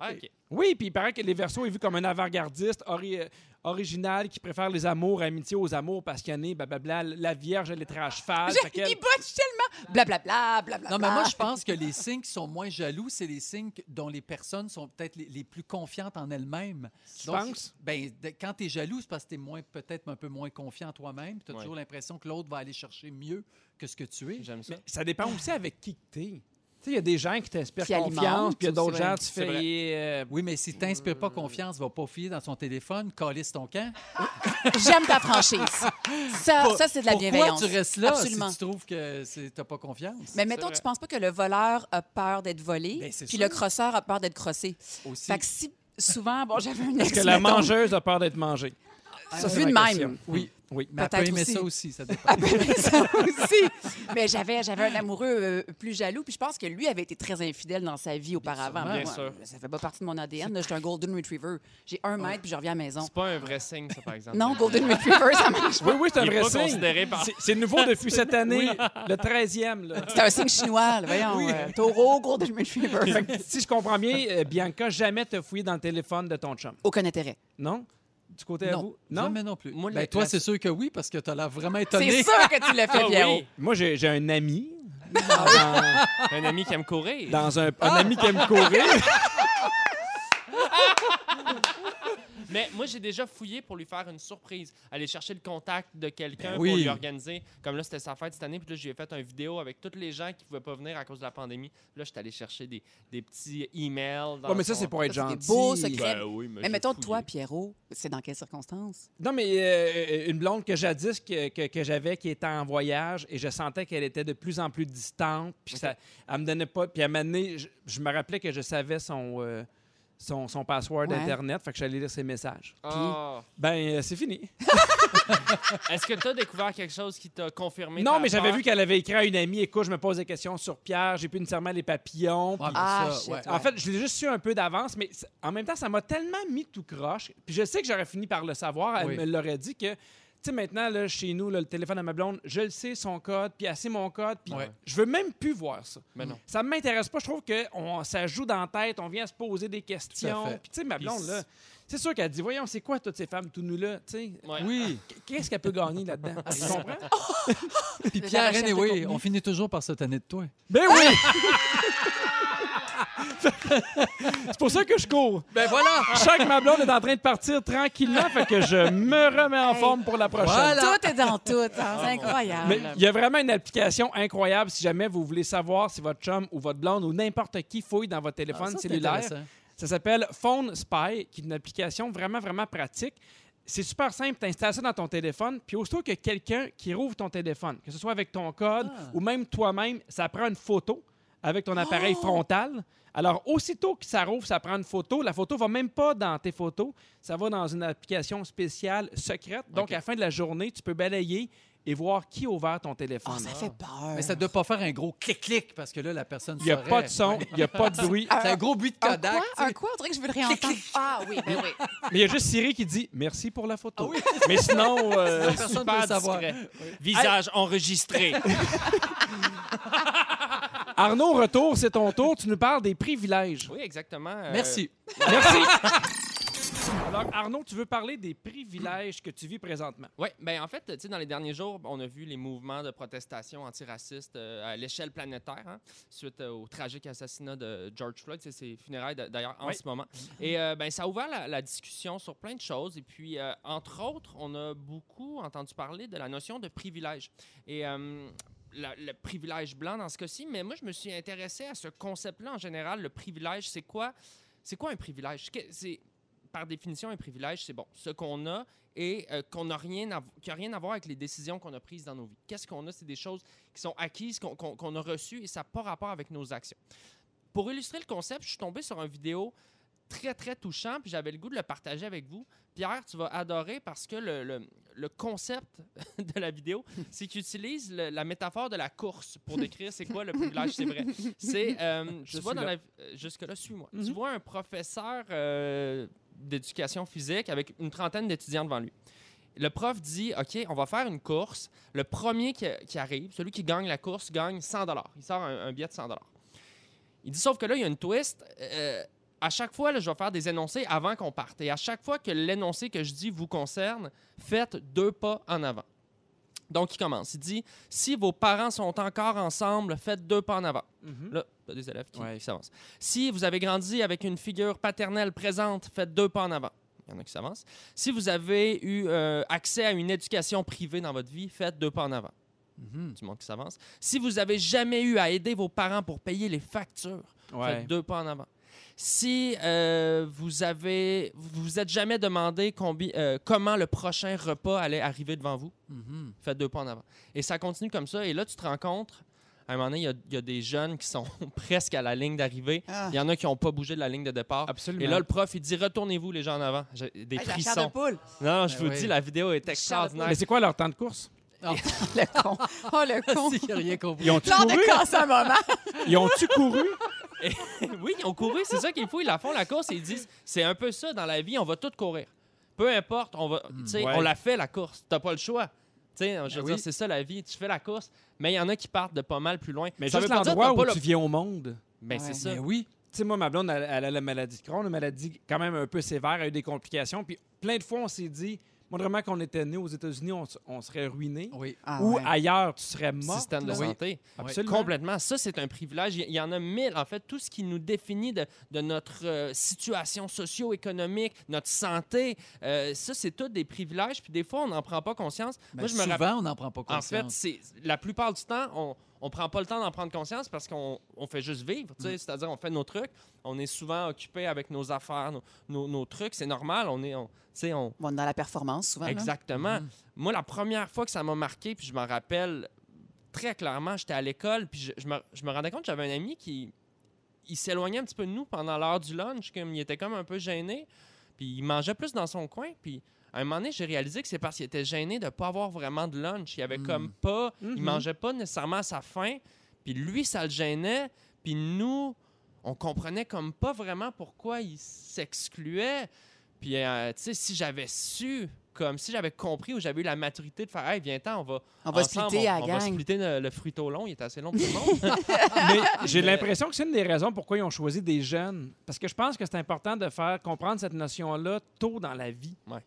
Ah,
pire.
OK.
Oui, puis il paraît que les Verseaux est vu comme un avant-gardiste ori- euh, original qui préfère les amours, amitié aux amours passionnés, blablabla. La Vierge, elle est très
*laughs*
à cheval.
Je-
fait qu'elle-
Il botche tellement. Blablabla, blablabla.
Non, mais moi, je pense que les signes qui sont moins jaloux, c'est les signes que- dont les personnes sont peut-être les, les plus confiantes en elles-mêmes.
Tu
Donc,
penses?
Ben, de- quand tu es jaloux, c'est parce que tu es moins, peut-être un peu moins confiant en toi-même. Tu as
Ouais.
toujours l'impression que l'autre va aller chercher mieux que ce que tu es.
J'aime ça.
Mais ça dépend aussi avec qui que t'es. Tu sais, il y a des gens qui t'inspirent
Qui alimentent
confiance, puis il y a d'autres
aussi,
gens,
ouais.
tu
C'est vrai.
fais. euh,
*laughs*
Oui, mais si tu n'inspires pas confiance, va pas filer dans son téléphone, calisse ton camp.
J'aime ta franchise. Ça, ça c'est de la
Pourquoi
bienveillance.
tu restes là
Absolument.
si tu trouves que tu n'as pas confiance?
Mais mettons,
vrai.
tu penses pas que le voleur a peur d'être volé,
Ben, c'est
puis
sûr.
le crosseur a peur d'être crossé.
Aussi.
Fait que si souvent, bon, j'avais un ex,
Que la
mettons,
mangeuse a peur d'être mangée. Ça, c'est
Vu de
ma
même. *laughs*
question.
Ah, Oui,
Oui.
mais elle peut
Peut-être
aimer
aussi.
ça aussi, ça dépend.
*laughs* Ah, ben, ça aussi. Mais j'avais, j'avais un amoureux euh, plus jaloux, puis je pense que lui avait été très infidèle dans sa vie auparavant.
Bien
Moi,
sûr.
Ça fait pas partie de mon ADN. là. J'étais un Golden Retriever. J'ai un mètre, puis je reviens à la maison.
C'est pas un vrai signe, ça, par exemple.
Non, Golden Retriever, ça marche pas.
Oui, oui, c'est un
Il est
vrai
pas
signe.
considéré par-
C'est- C'est *laughs* nouveau depuis cette année, le 13e. *laughs* là.
C'est un signe chinois, là, voyons. euh, taureau, Golden Retriever.
Fait que, si je comprends bien, euh, Bianca, jamais te fouiller dans le téléphone de ton chum.
Aucun intérêt.
Non? Du côté à
Non.
vous?
Non,
Non?
mais non plus.
Moi,
Ben,
la
toi,
classe-
c'est sûr que oui, parce que t'as l'air vraiment
C'est
étonné.
sûr que tu le
Ah
fais, Pierrot.
oui,
Moi, j'ai j'ai un ami. Dans,
un ami qui aime courir.
dans un, un
Ah!
ami qui aime courir.
*laughs*
Mais moi, j'ai déjà fouillé pour lui faire une surprise. Aller chercher le contact de quelqu'un
Ben
pour
oui.
lui organiser. Comme là, c'était sa fête cette année. Puis là, j'ai fait une vidéo avec tous les gens qui ne pouvaient pas venir à cause de la pandémie. Là, j'étais allé chercher des, des petits emails. dans
Ouais, mais ça,
son-
c'est pour être
Ça, c'est
gentil.
des beaux secrets.
Ben oui, mais
Mais
j'ai
mettons, toi,
fouillé.
Pierrot, c'est dans quelles circonstances?
Non, mais euh, une blonde que jadis que, que, que j'avais qui était en voyage et je sentais qu'elle était de plus en plus distante. Puis que ça, elle me donnait pas. Puis à un moment donné, je, je me rappelais que je savais son, euh, son, son password
Ouais.
d'Internet. Fait que j'allais lire ses messages.
Ah.
Ben, euh, c'est fini.
Est-ce que tu as découvert quelque chose qui t'a confirmé
non,
ta
mais j'avais
peur?
vu qu'elle avait écrit à une amie Écoute, je me pose des questions sur Pierre, j'ai plus nécessairement les papillons.
Ouais, mais
Ah,
ça,
shit,
ouais.
ouais.
En fait, je l'ai juste su un peu d'avance, mais c- en même temps, ça m'a tellement mis tout croche. Puis je sais que j'aurais fini par le savoir. Elle
Oui.
me l'aurait dit que, tu sais, maintenant, là, chez nous, là, le téléphone à ma blonde, je le sais, son code, puis elle sait mon code, puis
Ouais.
je veux même plus voir ça.
Mais non.
Ça ne m'intéresse pas. Je trouve que on, ça joue dans la tête, on vient se poser des questions.
fait.
Puis, tu sais, ma
Puis
blonde, là,
c'est-
c'est sûr qu'elle dit Voyons, c'est quoi toutes ces femmes tout nues-là, tu sais?
Ouais.
*laughs*
Oui,
Qu'est-ce qu'elle peut gagner là-dedans? Tu comprends?
puis
La
Pierre,
recherche de
anyway,
contenu.
on finit toujours par se tanner de toi.
Ben oui!
*laughs*
*laughs* c'est pour ça que je cours.
Ben voilà!
Je sens que ma blonde est en train de partir tranquillement, fait que je me remets en
Hey.
forme pour la prochaine.
Voilà.
Tout est dans tout. hein, C'est incroyable.
Mais il y a vraiment une application incroyable si jamais vous voulez savoir si votre chum ou votre blonde ou n'importe qui fouille dans votre
Ah,
téléphone
Ah, Ça, c'est
cellulaire.
intéressant.
Ça s'appelle Phone Spy, qui est une application vraiment, vraiment pratique. C'est super simple, tu installes ça dans ton téléphone, puis aussitôt que quelqu'un qui rouvre ton téléphone, que ce soit avec ton code
Ah.
ou même toi-même, ça prend une photo avec ton appareil frontal. Alors, aussitôt que ça rouvre, ça prend une photo. La photo va même pas dans tes photos, ça va dans une application spéciale secrète. Donc,
OK.
à la fin de la journée, tu peux balayer et voir qui a ouvert ton téléphone.
Oh, ça fait peur.
Mais ça ne doit pas faire un gros clic-clic parce que là, la personne
Il n'y a
saurait.
pas de son, il n'y a pas de bruit.
C'est un gros bruit de
Un
Kodak.
quoi?
tu sais.
Un quoi? On dirait que je veux le réentendre. Ah oui, ben *laughs* oui.
Mais il y a juste Siri qui dit merci pour la photo. Mais sinon, euh,
Personne ne
Super
peut le savoir.
discret. Visage
*laughs*
enregistré.
Arnaud, retour, c'est ton tour. Tu nous parles des privilèges.
oui, exactement. euh,
Merci.
Merci. Alors, Arnaud, tu veux parler des privilèges que tu vis présentement.
Oui, ben en fait, tu sais, dans les derniers jours, on a vu les mouvements de protestation antiraciste euh, à l'échelle planétaire, hein, suite euh, au tragique assassinat de George Floyd. C'est ses funérailles d'a- d'ailleurs en
Oui.
ce moment. Et euh, ben, ça a ouvert la, la discussion sur plein de choses. Et puis, euh, entre autres, on a beaucoup entendu parler de la notion de privilège. Et. euh, la- le privilège blanc dans ce cas-ci, mais moi je me suis intéressé à ce concept-là en général. Le privilège, c'est quoi C'est quoi un privilège Que- C'est par définition un privilège, c'est bon, ce qu'on a et euh, qu'on n'a rien à, qui n'a rien à voir avec les décisions qu'on a prises dans nos vies. Qu'est-ce qu'on a? C'est des choses qui sont acquises, qu'on qu'on- qu'on a reçues et ça n'a pas rapport avec nos actions. Pour illustrer le concept, je suis tombé sur une vidéo très, très touchante, puis j'avais le goût de le partager avec vous. Pierre, tu vas adorer parce que le, le- le concept *laughs* de la vidéo, c'est qu'il utilise le- la métaphore de la course pour décrire c'est quoi le privilège, c'est vrai. C'est, euh,
Je
tu vois
suis
dans
là.
la- euh, jusque-là, suis-moi.
Mhm.
Tu vois un professeur euh, d'éducation physique avec une trentaine d'étudiants devant lui. Le prof dit, OK, on va faire une course. Le premier qui, qui arrive, celui qui gagne la course, gagne 100 Il sort un, un billet de 100 Il dit, sauf que là, il y a une twist. Euh, à chaque fois, là, je vais faire des énoncés avant qu'on parte. Et à chaque fois que l'énoncé que je dis vous concerne, faites deux pas en avant. Donc, il commence. Il dit, si vos parents sont encore ensemble, faites deux pas en avant. Là, t'as des élèves qui,
Ouais.
qui s'avancent. Si vous avez grandi avec une figure paternelle présente, faites deux pas en avant. Il y en a qui s'avancent. Si vous avez eu euh, accès à une éducation privée dans votre vie, faites deux pas en avant.
Mhm.
Du monde qui s'avance. Si vous avez jamais eu à aider vos parents pour payer les factures, Faites deux pas en avant. Si euh, vous avez, vous vous êtes jamais demandé combi- euh, comment le prochain
Euh,
repas allait arriver devant vous,
Mhm. *laughs*
*laughs*
faites deux pas en avant. Et ça continue comme ça. Et là, tu te rencontres à un moment donné, il y a- il y, a des jeunes qui sont *laughs* presque à la ligne d'arrivée.
Ah.
Il y en a qui n'ont pas bougé de la ligne de départ.
Absolument.
Et là, le prof, il dit Retournez-vous, les gens en avant. J'ai
Hey,
Des
la chair de
frissons.
poule.
Non, je
Ben
vous
oui.
dis, la vidéo est extraordinaire.
Mais c'est quoi leur temps de course?
Le con. Oh, le *laughs* con.
Si, il a rien compris.
Ils ont-tu
Genre
couru?
de casse à maman.
Ils ont-tu couru?
oui, ils ont couru, c'est ça qu'il faut. Ils la font la course et ils disent c'est un peu ça dans la vie, on va tous courir. Peu importe, on va, tu sais,
Hmm, Ouais.
on la fait la course. T'as pas le choix. Tu sais, je veux
Ben
dire,
oui.
c'est ça la vie. Tu fais la course, mais il y en a qui partent de pas mal plus loin.
*laughs* Mais
ça
juste
veut pas dire
l'endroit
t'as
où
pas
tu
le-
viens au monde.
Ben,
Ouais.
c'est ça.
Mais oui.
Tu sais, moi, ma blonde, elle, elle a la maladie de Crohn, une maladie quand même un peu sévère, elle a eu des complications. Puis plein de fois, on s'est dit, moi, vraiment, qu'on était né aux États-Unis, on, s- on serait ruiné.
Oui.
Ah
Ou ailleurs, tu serais mort.
Ah Système de
là.
santé.
Absolument.
Complètement. Ça, c'est un privilège. Il y en a mille. En fait, tout ce qui nous définit de, de notre euh, situation socio-économique, notre santé, euh, ça, c'est tout des privilèges. Puis des fois, on n'en prend pas conscience. Moi, je me
souvent,
rappelle.
on n'en prend pas
En fait,
conscience.
c'est la plupart du temps, on on prend pas le temps d'en prendre conscience parce qu'on on fait juste vivre, tu sais,
Mm.
c'est-à-dire on fait nos trucs, on est souvent occupé avec nos affaires, nos, nos- nos trucs, c'est normal, on est, on, tu sais, on,
Bon, dans la performance, souvent. là.
Exactement.
Mhm.
Moi, la première fois que ça m'a marqué, puis je m'en rappelle très clairement, j'étais à l'école, puis je, je me, je me rendais compte que j'avais un ami qui il s'éloignait un petit peu de nous pendant l'heure du lunch, comme il était comme un peu gêné, puis il mangeait plus dans son coin, puis à un moment donné, j'ai réalisé que c'est parce qu'il était gêné de pas avoir vraiment de lunch. Il avait
Mm.
comme pas, il
Mhm.
mangeait pas nécessairement à sa faim, puis lui, ça le gênait, puis nous, on comprenait comme pas vraiment pourquoi il s'excluait. Puis, euh, tu sais, si j'avais su, comme si j'avais compris ou j'avais eu la maturité de faire, hey, viens-t'en, on va.
On va
ensemble,
splitter
on-
à la
On va
gang.
splitter le, le fruiteau long, il est assez
*laughs*
long pour tout le monde.
Mais j'ai
Mais-
l'impression que c'est une des raisons pourquoi ils ont choisi des jeunes. Parce que je pense que c'est important de faire comprendre cette notion-là tôt dans la vie.
Ouais.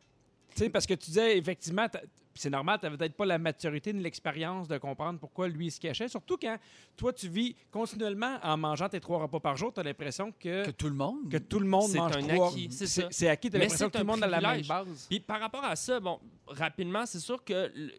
Tu sais, parce que tu disais, effectivement, t'as- c'est normal, tu n'avais peut-être pas la maturité ni l'expérience de comprendre pourquoi lui il se cachait. Surtout quand toi, tu vis continuellement en mangeant tes trois repas par jour, tu as l'impression que,
Que
que,
tout le monde.
tout le monde
C'est
mange
un
trois.
acquis, c'est ça.
C'est acquis, tu as
Mais
l'impression
c'est
que tout le
un
monde a la même
privilège.
base.
Puis par rapport à ça, bon, rapidement, c'est sûr que l- l-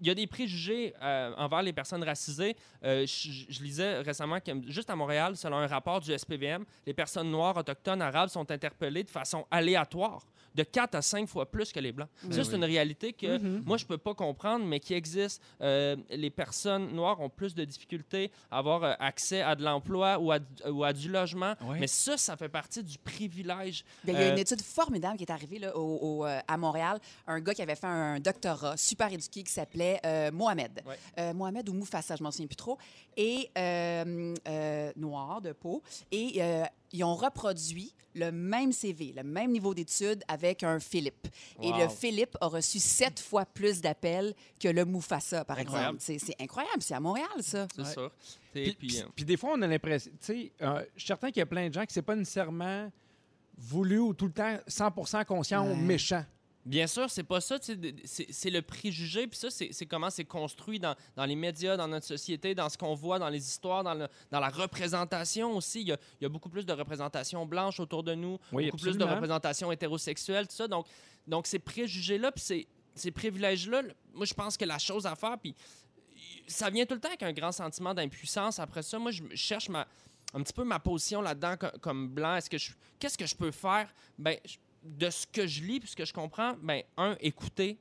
il y a des préjugés euh, envers les personnes racisées. Euh, je, je lisais récemment que juste à Montréal, selon un rapport du SPVM, les personnes noires, autochtones, arabes sont interpellées de façon aléatoire, de 4 à 5 fois plus que les blancs.
Ben
Ça, c'est
oui.
une réalité que
Mm-hmm.
Mhm.
moi, je peux pas comprendre, mais qui existe. Euh, les personnes noires ont plus de difficultés à avoir euh, accès à de l'emploi ou à, ou à du logement.
Ouais.
Mais ça, ça fait partie du privilège.
Ben, il y a une
Euh,
étude formidable qui est arrivée là, au- au, euh, à Montréal. Un gars qui avait fait un doctorat super éduqué qui s'appelait euh, Mohamed.
Ouais.
Euh, Mohamed ou Moufassa, je m'en souviens plus trop. Et euh, euh, noir de peau. Et euh, ils ont reproduit le même CV, le même niveau d'études avec un Philippe. Et le
Wow.
Philippe a reçu sept fois plus d'appels que le Moufassa, par
Incroyable.
exemple. C'est- C'est incroyable. C'est à Montréal, ça.
C'est
Ouais.
sûr.
Puis,
Et puis,
puis-
euh,
puis des fois, on a l'impression, tu sais, euh, je suis certain qu'il y a plein de gens qui c'est pas nécessairement voulu ou tout le temps 100% conscient
Ouais.
ou méchant.
Bien sûr, c'est pas ça. tu sais, de- de- C'est c'est le préjugé, puis ça, c'est c'est comment c'est construit dans, dans les médias, dans notre société, dans ce qu'on voit, dans les histoires, dans, le- dans la représentation aussi. Il y, a, il y a beaucoup plus de représentation blanche autour de nous,
Oui,
beaucoup plus de
absolument.
représentation hétérosexuelle, tout ça. Donc, donc ces préjugés-là, puis ces, ces privilèges-là, le- moi, je pense que la chose à faire, puis ça vient tout le temps avec un grand sentiment d'impuissance. Après ça, moi, je me- je cherche ma, un petit peu ma position là-dedans co- comme, blanc. Est-ce que je, qu'est-ce que je peux faire Ben, je- de ce que je lis, puis ce que je comprends, ben, un, écouter,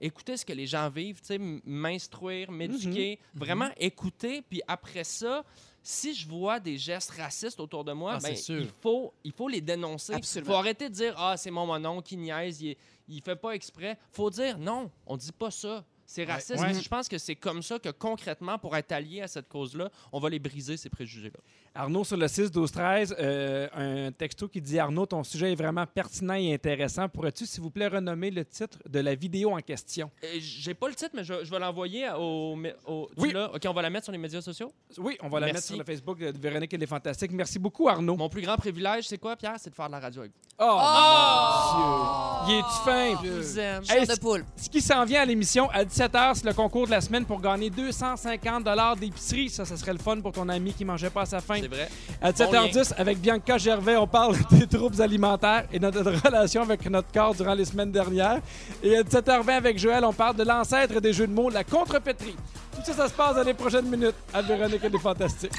écouter ce que les gens vivent, tu sais, m- m'instruire, m'éduquer,
Mhm.
vraiment écouter, puis après ça. Si je vois des gestes racistes autour de moi,
Ah,
ben,
c'est sûr.
il, faut, il faut les dénoncer. Il
Absolument.
faut arrêter de dire Ah, c'est mon monon qui niaise, il, est- il fait pas exprès. faut dire Non, on dit pas ça. C'est
Ouais.
raciste.
Ouais.
Puis Je pense que c'est comme ça que concrètement, pour être allié à cette cause-là, on va les briser, ces préjugés-là.
Arnaud sur le 6 12 13 euh, un texto qui dit Arnaud ton sujet est vraiment pertinent et intéressant pourrais-tu s'il vous plaît renommer le titre de la vidéo en question
Euh, J'ai pas le titre, mais je, je vais l'envoyer au. mé- au- tu
Oui.
l'as? OK, on va la mettre sur les médias sociaux.
Oui, on va la
Merci.
mettre sur le Facebook de Véronique et les Fantastiques. Merci beaucoup Arnaud.
Mon plus grand privilège, c'est quoi, Pierre? C'est de faire de la radio avec vous.
Oh, mon Dieu. Il est fin.
Je vous aime.
Hey,
Chair de poule.
Ce qui s'en vient à l'émission à 17h, c'est le concours de la semaine pour gagner 250 dollars d'épicerie. Ça, ça serait le fun pour ton ami qui mangeait pas à sa faim.
C'est vrai.
À 7h10, avec Bianca Gervais, on parle *laughs* des troubles alimentaires et de notre *laughs* relation avec notre corps durant les semaines dernières. Et à 7h20, avec Joël, on parle de l'ancêtre des jeux de mots, la contrepétrie. Tout ça, ça se passe dans les prochaines minutes à Véronique et les Fantastiques.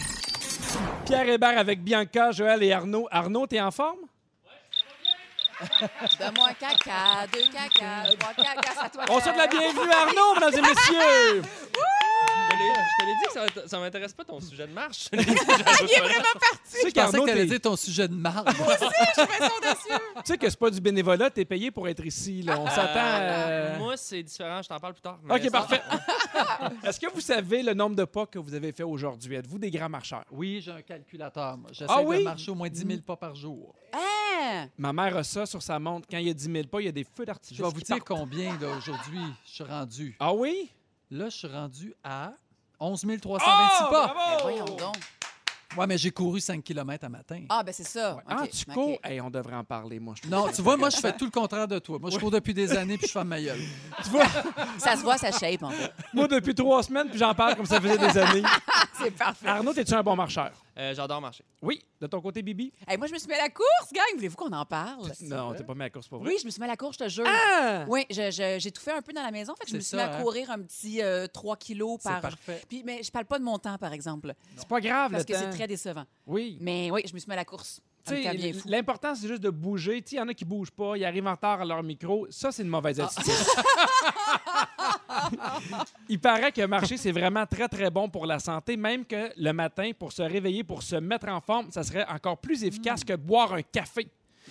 Pierre Hébert avec Bianca, Joël et Arnaud. Arnaud, t'es en forme?
Donne-moi un caca, deux caca, trois caca, à toi.
*laughs*
On souhaite la bienvenue à Arnaud, mesdames et messieurs!
Le désolé. Je te l'ai dit que ça m'int- ça m'intéresse pas ton sujet de marche. Je te l'ai dit que j'avais
Il est
pas le
vraiment
temps.
parti.
Tu sais
Je pensais
qu'Arnaud,
que
t'es-
t'allais
Ah
dire ton sujet de marde.
Je trouvais ça audacieux.
tu sais que c'est pas du bénévolat, t'es payé pour être ici. là. On s'attend.
Ah,
Euh,
euh,
Moi, c'est différent. Je t'en parle plus tard. mais
Ok,
c'est-
parfait. *laughs* Est-ce que vous savez le nombre de pas que vous avez fait aujourd'hui? Êtes-vous des grands marcheurs?
Oui, j'ai un calculateur. moi. J'essaie
Ah oui?
de marcher au moins 10 000 pas par jour.
Hein?
Ma mère a ça sur sa montre. Quand il y a 10 000 pas, il y a des feux d'artifice.
Je vais vous
qui
dire
partent.
combien là, aujourd'hui je suis rendu.
Ah oui?
Là, je suis rendu à 11 326
Ah,
pas.
Ben
bravo!
voyons donc.
Ouais, mais j'ai couru 5 km à matin.
Ah, ben c'est ça.
Ouais. Ah,
Ok,
tu
ok.
cours? Hey, on devrait en parler, moi. je trouve *laughs*
Non,
ça
tu vois, moi, je
intéressant.
fais tout le contraire de toi. Moi, je cours depuis des années puis je ferme ma gueule.
*laughs* Ça se voit, ça shape, en
*laughs*
fait.
Moi, depuis trois semaines, puis j'en parle comme ça faisait des années.
C'est parfait.
*laughs* Arnaud, es-tu un bon marcheur?
Euh, J'adore marcher.
Oui. De ton côté, Bibi?
Hey, moi, je me suis mis à la course, gang. Voulez-vous qu'on en parle?
Non, Ah! t'es pas mis à la course pour vrai.
Oh, Oui, Ah! je me suis mis à la course, je te jure. Oui, je- je- j'ai tout fait un peu dans la maison. En fait, je
C'est
me suis
ça,
mis à
hein?
courir un petit euh, 3 kilos
C'est
par...
parfait.
Puis, mais je parle pas de mon temps, par exemple,
C'est pas grave,
parce
le
que
temps.
c'est très décevant.
Oui.
Mais oui, je me suis mis à la course.
Tu sais,
Un bien fou.
L'important, c'est juste de bouger. Tu sais, Il y en a qui bougent pas, ils arrivent en retard à leur micro. Ça, c'est une
Ah.
mauvaise attitude. *laughs* Il paraît que marcher, c'est vraiment très, très bon pour la santé, même que le matin, pour se réveiller, pour se mettre en forme, ça serait encore plus
Mm.
efficace que boire un café.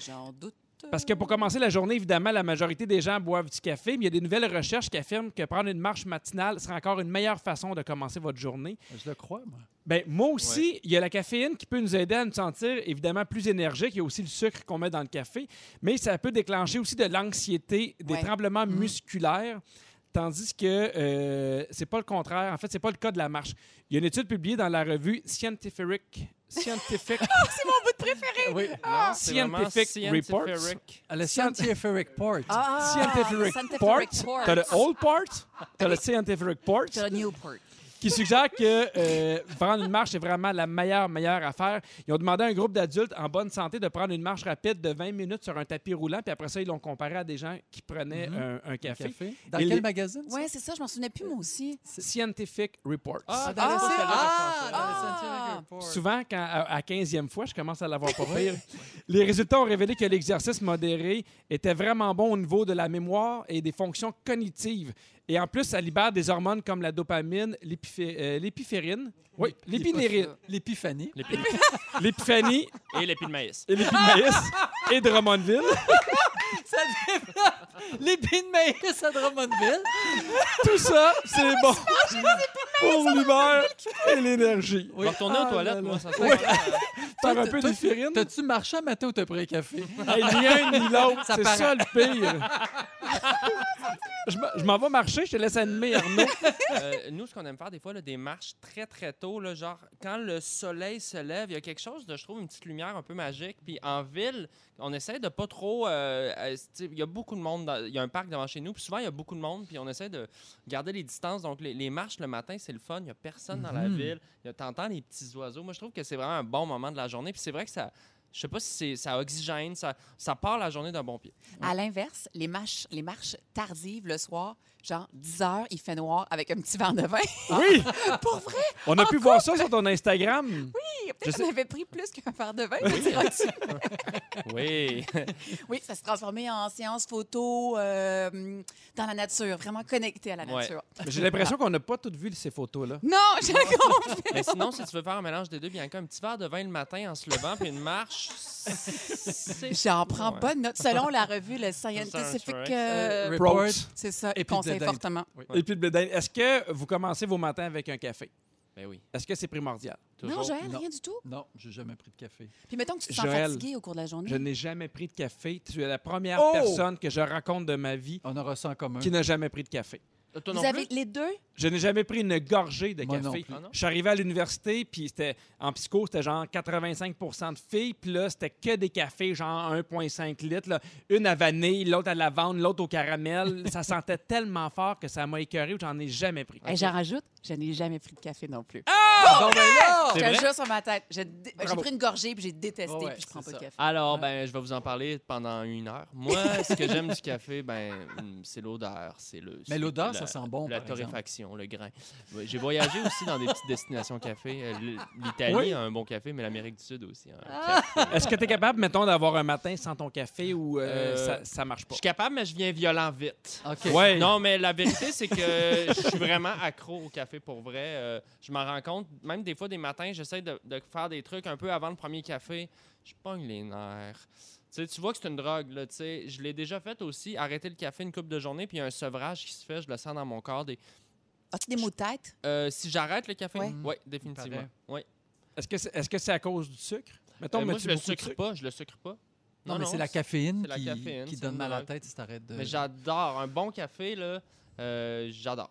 J'en doute.
Parce que pour commencer la journée, évidemment, la majorité des gens boivent du café, mais il y a des nouvelles recherches qui affirment que prendre une marche matinale serait encore une meilleure façon de commencer votre journée.
Je le crois, moi.
Ben, moi aussi, il y a la caféine qui peut nous aider à nous sentir évidemment plus énergique. Il y a aussi le sucre qu'on met dans le café, mais ça peut déclencher aussi de l'anxiété, des
Ouais. Mm.
tremblements musculaires. Tandis que euh, c'est pas le contraire. En fait, c'est pas le cas de la marche. Il y a une étude publiée dans la revue Scientific, Scientific,
Ah,
Oui.
Non, c'est vraiment
Scientific Reports.
scientific.
Le scientific part.
*laughs* Ah,
Scientific
Scientific
Port.
Report.
T'as le Old Port, t'as le Scientific Port.
T'as le Newport.
qui suggère que euh, prendre une marche est vraiment la meilleure, meilleure affaire. Ils ont demandé à un groupe d'adultes en bonne santé de prendre une marche rapide de 20 minutes sur un tapis roulant, puis après ça, ils l'ont comparé à des gens qui prenaient
Mhm.
un, un café.
Café. Dans
Et
quel
les-
magazine? ça?
Oui, c'est ça, je m'en souvenais plus, moi aussi.
Scientific Reports.
Ah,
Dans le-
Ah,
Ah, dans le
ah.
scientific report.
Souvent, quand, à, à 15e fois, je commence à l'avoir pas pire. Les résultats ont révélé que l'exercice modéré était vraiment bon au niveau de la mémoire et des fonctions cognitives. Et en plus, ça libère des hormones comme la dopamine, l'épiphi- euh, l'épiphérine, oui, l'épinérine,
L'épiphanie.
L'épi
l'épiphanie
et l'épi de maïs.
et l'épi de maïs et Drummondville.
Ça développe l'épine de maïs à Drummondville.
*laughs* Tout ça, c'est bon pour l'humeur et l'énergie.
On va retourner aux
Ah,
toilettes,
là,
moi,
là.
ça serait clair.
Faire
Toi,
un
t-
peu
toi,
d'éphémérine.
T'as-tu marché à matin ou t'as pris un café?
Hey, ni un ni l'autre,
*laughs* Ça
c'est
paraît.
ça le pire. Je m'en- Je m'en vais marcher, je te laisse animer, Arnaud.
Euh, nous, ce qu'on aime faire des fois, là, des marches très très tôt, là, genre quand le soleil se lève, il y a quelque chose de, je trouve, une petite lumière un peu magique. Puis en ville, on essaie de pas trop. euh, euh, tu sais, il y a beaucoup de monde, dans- il y a un parc devant chez nous, puis souvent il y a beaucoup de monde, puis on essaie de garder les distances. Donc les, les marches le matin, c'est le fun, il y a personne dans la
Mhm.
ville, il y a- t'entends les petits oiseaux. Moi, je trouve que c'est vraiment un bon moment de la journée, puis c'est vrai que ça. Je sais pas si c'est- ça oxygène, ça, ça part la journée d'un bon pied.
À l'inverse, les marches, les marches tardives le soir, genre 10 heures, il fait noir avec un petit verre de vin. *laughs*
Ah.
Oui,
Pour vrai,
on a pu voir ça sur ton Instagram. Je
peut-être
sais-
qu'on avait pris plus qu'un verre de vin. me diras-tu.
*laughs* Oui.
Oui, ça s'est transformé en séance photo euh, dans la nature, vraiment connecté à la
Ouais.
nature.
Mais J'ai l'impression qu'on n'a pas toutes vu ces photos-là.
Non, je comprends.
*laughs* Mais sinon, si tu veux faire un mélange des deux, bien un petit verre de vin le matin en se levant, puis une marche. c'est-
J'en prends
Ouais.
pas de note. Selon la revue, le Scientific,
Science,
euh,
Report.
c'est ça,
Et puis
conseille
de dinde.
fortement.
Et puis le blé d'Inde. Est-ce que vous commencez vos matins avec un café?
Ben oui.
Est-ce que c'est primordial?
Non,
Toujours.
Joël,
non.
rien du tout.
Non, j'ai jamais pris de café.
Puis mettons que tu te sens
Joël,
fatigué au cours de la journée.
Je n'ai jamais pris de café. Tu es la première
Oh!
personne que je raconte de ma vie
On aura ça en commun.
qui n'a jamais pris de café.
Euh, Toi
Vous
non
avez
plus?
les deux?
Je n'ai jamais pris une gorgée de
Moi non
café.
plus.
Ah non?
Je suis arrivé à l'université, puis c'était en psycho, c'était genre 85 de filles, puis là, c'était que des cafés, genre 1,5 litres, là. une à vanille, l'autre à lavande, l'autre au caramel. ça sentait tellement fort que ça m'a écœuré, j'en ai jamais pris.
Et Eh, J'en rajoute, je n'ai jamais pris de café non plus.
Bon, ben là!
Je
C'est
te
vrai?
jure sur ma tête. Je dé- J'ai
Bravo.
pris une gorgée puis j'ai détesté
Ouais,
puis je prends pas
c'est
de
ça.
café.
Alors, ben, je vais vous en parler pendant une *laughs* heure. Moi, ce que j'aime du café, ben, hum, c'est l'odeur. C'est le. c'est
l'odeur,
la-
ça sent bon,
La
par exemple.
torréfaction, le grain. Ouais, J'ai voyagé aussi dans des petites destinations café. Euh, l- L'Italie
Oui.
a un bon café, mais l'Amérique du Sud aussi. hein. a un
Ah!
café.
Est-ce que tu es capable, mettons, d'avoir un matin sans ton café ou euh,
Euh,
ça, ça marche
Je
pas?
suis capable, mais je viens violent vite.
OK.
Ouais.
Non, mais la vérité, c'est que je suis vraiment accro au café. café pour vrai. Euh, je m'en rends compte. Même des fois, des matins, j'essaie de, de faire des trucs un peu avant le premier café. Je pogne les nerfs. Tu sais, tu vois que c'est une drogue, là, tu sais. Je l'ai déjà fait aussi, arrêter le café une coupe de journée, puis il y a un sevrage qui se fait, je le sens dans mon corps. Des...
As-tu des maux de tête?
Euh, si j'arrête le café,
Ouais.
oui, définitivement.
paraît.
Ouais.
Est-ce que c'est est-ce que c'est à cause du sucre? Mettons,
Euh, moi,
mets-tu
je le
beaucoup de
sucre pas, je le sucre pas.
Non, mais c'est la euh. caféine
c'est la
qui,
caféine,
qui
c'est
donne
une
mal à la
drogue.
tête si t'arrêtes de.
Mais j'adore. Un bon café, là, euh, j'adore.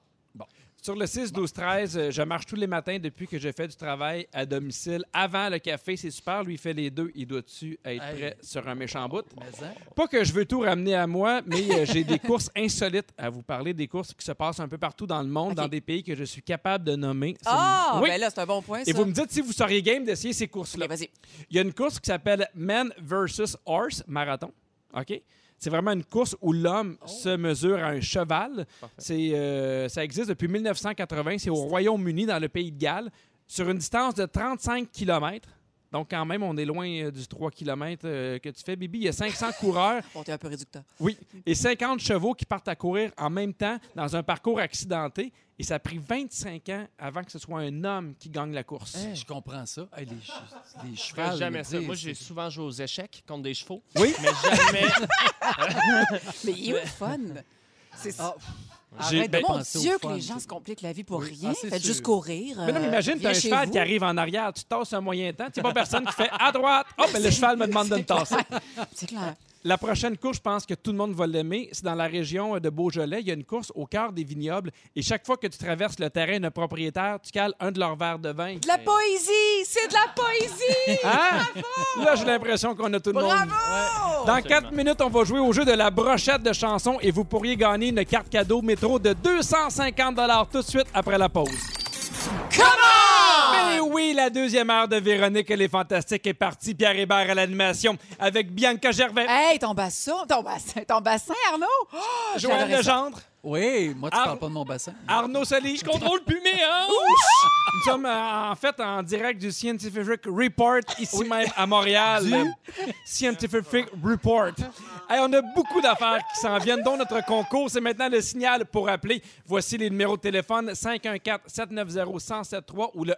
Sur le 6, 12, 13, euh, je marche tous les matins depuis que je fais du travail à domicile. Avant le café, c'est super. Lui, il fait les deux. Il doit-tu être
Hey.
prêt sur un méchant bout?
Mais, hein?
Pas que je veux tout ramener à moi, mais euh, j'ai des courses insolites à vous parler, des courses qui se passent un peu partout dans le monde,
Ok.
dans des pays que je suis capable de nommer. C'est
Ah!
une- Oui.
Ben là, c'est un bon point, ça.
Et vous me dites si vous seriez game d'essayer ces courses-là.
Ok, vas-y.
Il y a une course qui s'appelle Man versus Horse Marathon. OK? C'est vraiment une course où l'homme se mesure à un cheval.
Parfait.
C'est, euh, ça existe depuis 1980. C'est au Royaume-Uni, dans le pays de Galles, sur une distance de 35 km. Donc, quand même, on est loin euh, du 3 km que tu fais, Bibi. Il y a 500 coureurs
Bon, t'es un peu réducteur.
oui, et 50 chevaux qui partent à courir en même temps dans un parcours accidenté. Et ça a pris 25 ans avant que ce soit un homme qui gagne la course.
Je comprends ça. Hey, les, che- les
Je ferais
chevals.
jamais
là,
ça.
tu sais,
Moi, j'ai
Ah, c'est-
souvent joué aux échecs contre
*laughs*
des chevaux.
Oui.
Mais jamais.
*laughs* Mais il est où le fun? C'est
Ah,
J'ai-
Arrête de
ben,
Mon
penser au
Dieu,
fun,
que les gens
c'est-
se compliquent la vie pour
Oui.
rien.
Ah, c'est
Faites
sûr.
juste courir.
Mais non, mais
euh,
imagine, t'as
viens
un
chez
cheval
vous.
qui arrive en arrière, tu tasses un moyen temps, t'es pas personne qui fait à droite. Oh, mais le cheval me demande de me tasser.
C'est clair.
La prochaine course, je pense que tout le monde va l'aimer. C'est dans la région euh, de Beaujolais. Il y a une course au cœur des vignobles. Et chaque fois que tu traverses le terrain d'un propriétaire, tu cales un de leurs verres de vin.
De la poésie! C'est de la
*laughs*
poésie!
Hein? Là, j'ai l'impression qu'on a tout le monde.
Bravo!
Dans
Absolument.
4 minutes, on va jouer au jeu de la brochette de chansons et vous pourriez gagner une carte cadeau métro de 250 tout de suite après la pause. Comment? Mais oui, la deuxième heure de Véronique et les Fantastiques est partie. Pierre Hébert à l'animation avec Bianca Gervais,
Hey, ton bassin, ton bassin, ton bassin, Arnaud! *gasps* Oh,
Joanne
j'adorais ça.
Legendre,
Oui, moi, tu
Ah,
parles pas de mon bassin.
Arnaud Soli.
Je contrôle plus mes hanches.
hein, Nous sommes euh, en fait en direct du Scientific Report ici même à Montréal. Scientific Report. Hey, on a beaucoup d'affaires qui s'en viennent, dont notre concours. C'est maintenant le signal pour appeler. Voici les numéros de téléphone 514-790-1073 ou le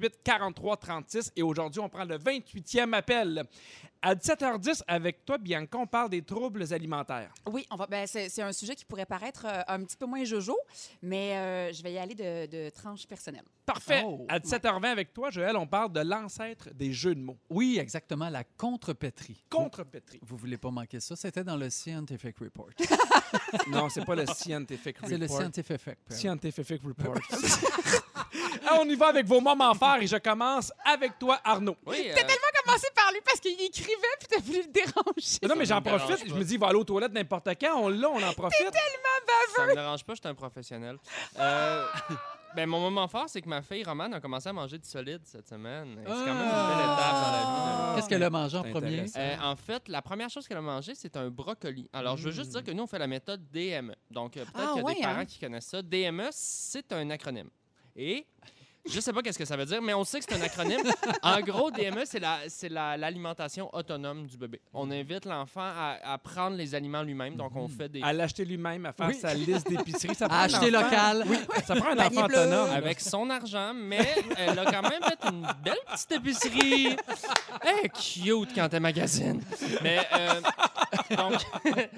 1855-768-4336. Et aujourd'hui, on prend le 28e appel. À 17h10, avec toi, Bianca, on parle des troubles alimentaires.
Oui, on va, ben, c'est, c'est un sujet qui pourrait paraître euh, un petit peu moins jojo, mais euh, je vais y aller de, de tranches personnelles.
Parfait.
Oh.
à 17h20, avec toi, Joël, on parle de l'ancêtre des jeux de mots.
Oui, exactement, la contrepétrie.
Contre Petri.
Vous voulez pas manquer ça? C'était dans le Scientific Report.
*laughs* Non, c'est pas le Scientific Report.
C'est le Scientific Report.
Scientific
*laughs*
Report. Ah, on y va avec vos moments forts et je commence avec toi, Arnaud.
Oui, euh,
T'as tellement commencé par lui parce qu'il écrivait puis t'as voulu le déranger.
Mais non, mais
Ça
j'en
me dérange
profite. Je
pas.
me dis, il va aller aux toilettes n'importe quand. On l'a, on en profite.
ça me dérange pas, je suis un professionnel. Euh,
Ah!
ben, mon moment fort, c'est que ma fille Romane a commencé à manger du solide cette semaine. Et C'est quand même une belle
Ah!
étape dans
Ah.
la vie. là.
Qu'est-ce qu'elle a mangé en
C'est
premier?
intéressant.
Euh, en fait, la première chose qu'elle a mangée, c'est un brocoli. Alors, je veux juste dire que nous, on fait la méthode DME. Donc, euh, peut-être
Hmm. Ah,
qu'il y a
ouais,
des parents
hein?
qui connaissent ça. DME, c'est un acronyme. Et je sais pas qu'est-ce que ça veut dire, mais on sait que c'est un acronyme. en gros, DME, c'est la- c'est la- l'alimentation autonome du bébé. On invite l'enfant à, à prendre les aliments lui-même. Donc,
Hmm.
on fait des...
À l'acheter lui-même, à faire
Oui.
sa liste d'épicerie. Ça prend
À
un
acheter
enfant-
local.
Ça prend un
Panier
enfant
bleu.
autonome.
Avec son argent, mais elle a quand même fait une belle petite épicerie. Elle est cute quand elle magasine. Mais euh, donc, *laughs*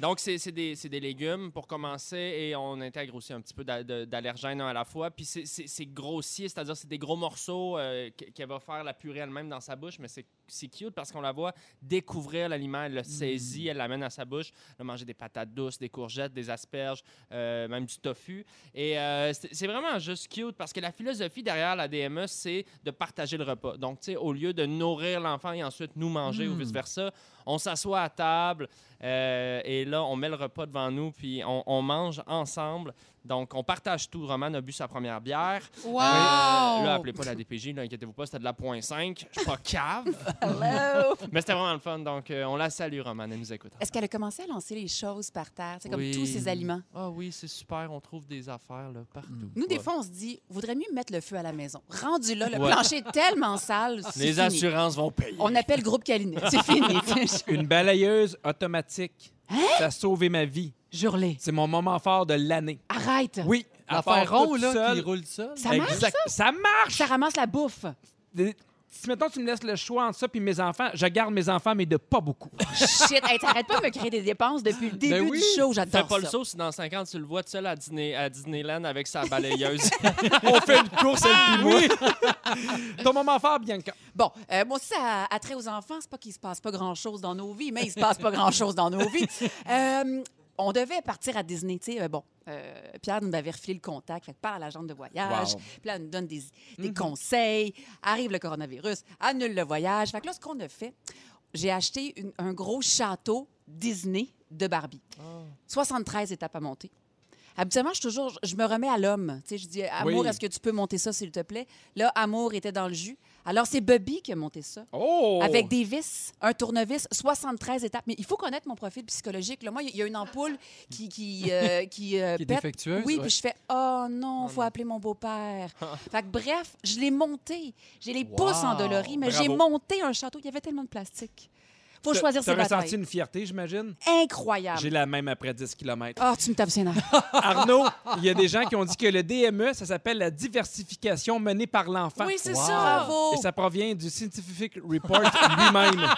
donc c'est, c'est des, c'est des légumes pour commencer et on intègre aussi un petit peu d'a- de- d'allergènes un à la fois. Puis c'est, c'est- c'est grossier, c'est-à-dire c'est des gros morceaux euh, qu- qu'elle va faire la purée elle-même dans sa bouche, mais c'est, c'est cute parce qu'on la voit découvrir l'aliment, elle le saisit, elle l'amène à sa bouche, elle a mangé des patates douces, des courgettes, des asperges, euh, même du tofu. Et euh, c'est c'est vraiment juste cute parce que la philosophie derrière la DME, c'est de partager le repas. Donc, tu sais, au lieu de nourrir l'enfant et ensuite nous manger ou
Mm.
vice-versa, on s'assoit à table euh, et là, on met le repas devant nous puis on, on mange ensemble. Donc, on partage tout. Roman a bu sa première bière.
Wow!
Euh, là, appelez pas la DPJ, là, inquiétez-vous pas, c'était de la point 5. Je suis pas *laughs* cave,
Hello!
mais c'était vraiment le fun. Donc, euh, on la salue, Roman, elle nous écoute.
Est-ce qu'elle a commencé à lancer les choses par terre, c'est comme
Oui.
tous ces aliments?
Ah oui, c'est super, on trouve des affaires là, partout.
Nous, des
Ouais.
fois, on se dit, vaudrait mieux mettre le feu à la maison. Rendu là, le
Ouais.
plancher est tellement sale. c'est
Les
fini.
assurances vont payer. *laughs*
On appelle groupe Calinet. C'est fini.
Une balayeuse automatique.
Hein?
Ça a sauvé ma vie.
Jurlé.
C'est mon moment fort de l'année.
Arrête.
Oui, à
L'affaire
part
rond,
toute
là, qui
seule.
roule ça.
Ça marche,
Exact. Ça marche!
Ça ramasse la bouffe.
Des- Si mettons tu me laisses le choix entre ça puis mes enfants, je garde mes enfants mais de pas beaucoup.
Shit. Hey, T'arrêtes pas de me créer des dépenses depuis le début
oui.
du show.
Ben Fais
J'adore
pas le
ça.
saut si dans 5 ans tu le vois tout seul à, Disney- à Disneyland avec sa balayeuse.
On fait une course
Ah,
elle oui. Ton moment fort Bianca.
Bon, euh, moi aussi, ça a, a trait aux enfants. C'est pas qu'il se passe pas grand-chose dans nos vies, mais il se passe pas grand-chose dans nos vies. Euh, on devait partir à Disney, tu sais. euh, bon, euh, Pierre nous avait refilé le contact. Fait que parle à l'agente de voyage.
Wow.
Puis là, elle nous donne des, des conseils. Arrive le coronavirus, annule le voyage. Fait que là, ce qu'on a fait, j'ai acheté une- un gros château Disney de Barbie. 73 étapes à monter. Habituellement, je, suis toujours, je me remets à l'homme. Tu sais, je dis, Amour,
Oui.
est-ce que tu peux monter ça, s'il te plaît? Là, Amour était dans le jus. Alors, c'est Bubby qui a monté ça.
Oh!
Avec des vis, un tournevis, 73 étapes. Mais il faut connaître mon profil psychologique. là. Moi, il y a une ampoule qui, qui, euh, qui, euh,
Qui est
pète.
défectueuse,
Oui,
ouais.
puis je fais Oh non, faut appeler mon beau-père. fait que bref, je l'ai monté. J'ai les pouces
Wow.
endoloris, mais j'ai
Bravo.
monté un château. Il y avait tellement de plastique. Faut
T'as-
choisir ses
T'as ressenti
batailles. Ah.
une fierté, j'imagine? J'ai
Incroyable.
la même après 10 km.
Ah, tu me tapes ses nerfs.
Arnaud, il y a des gens qui ont dit que le DME, ça s'appelle la diversification menée par l'enfant.
Oui, c'est
Wow.
ça. Bravo.
Et ça provient du Scientific Report lui-même.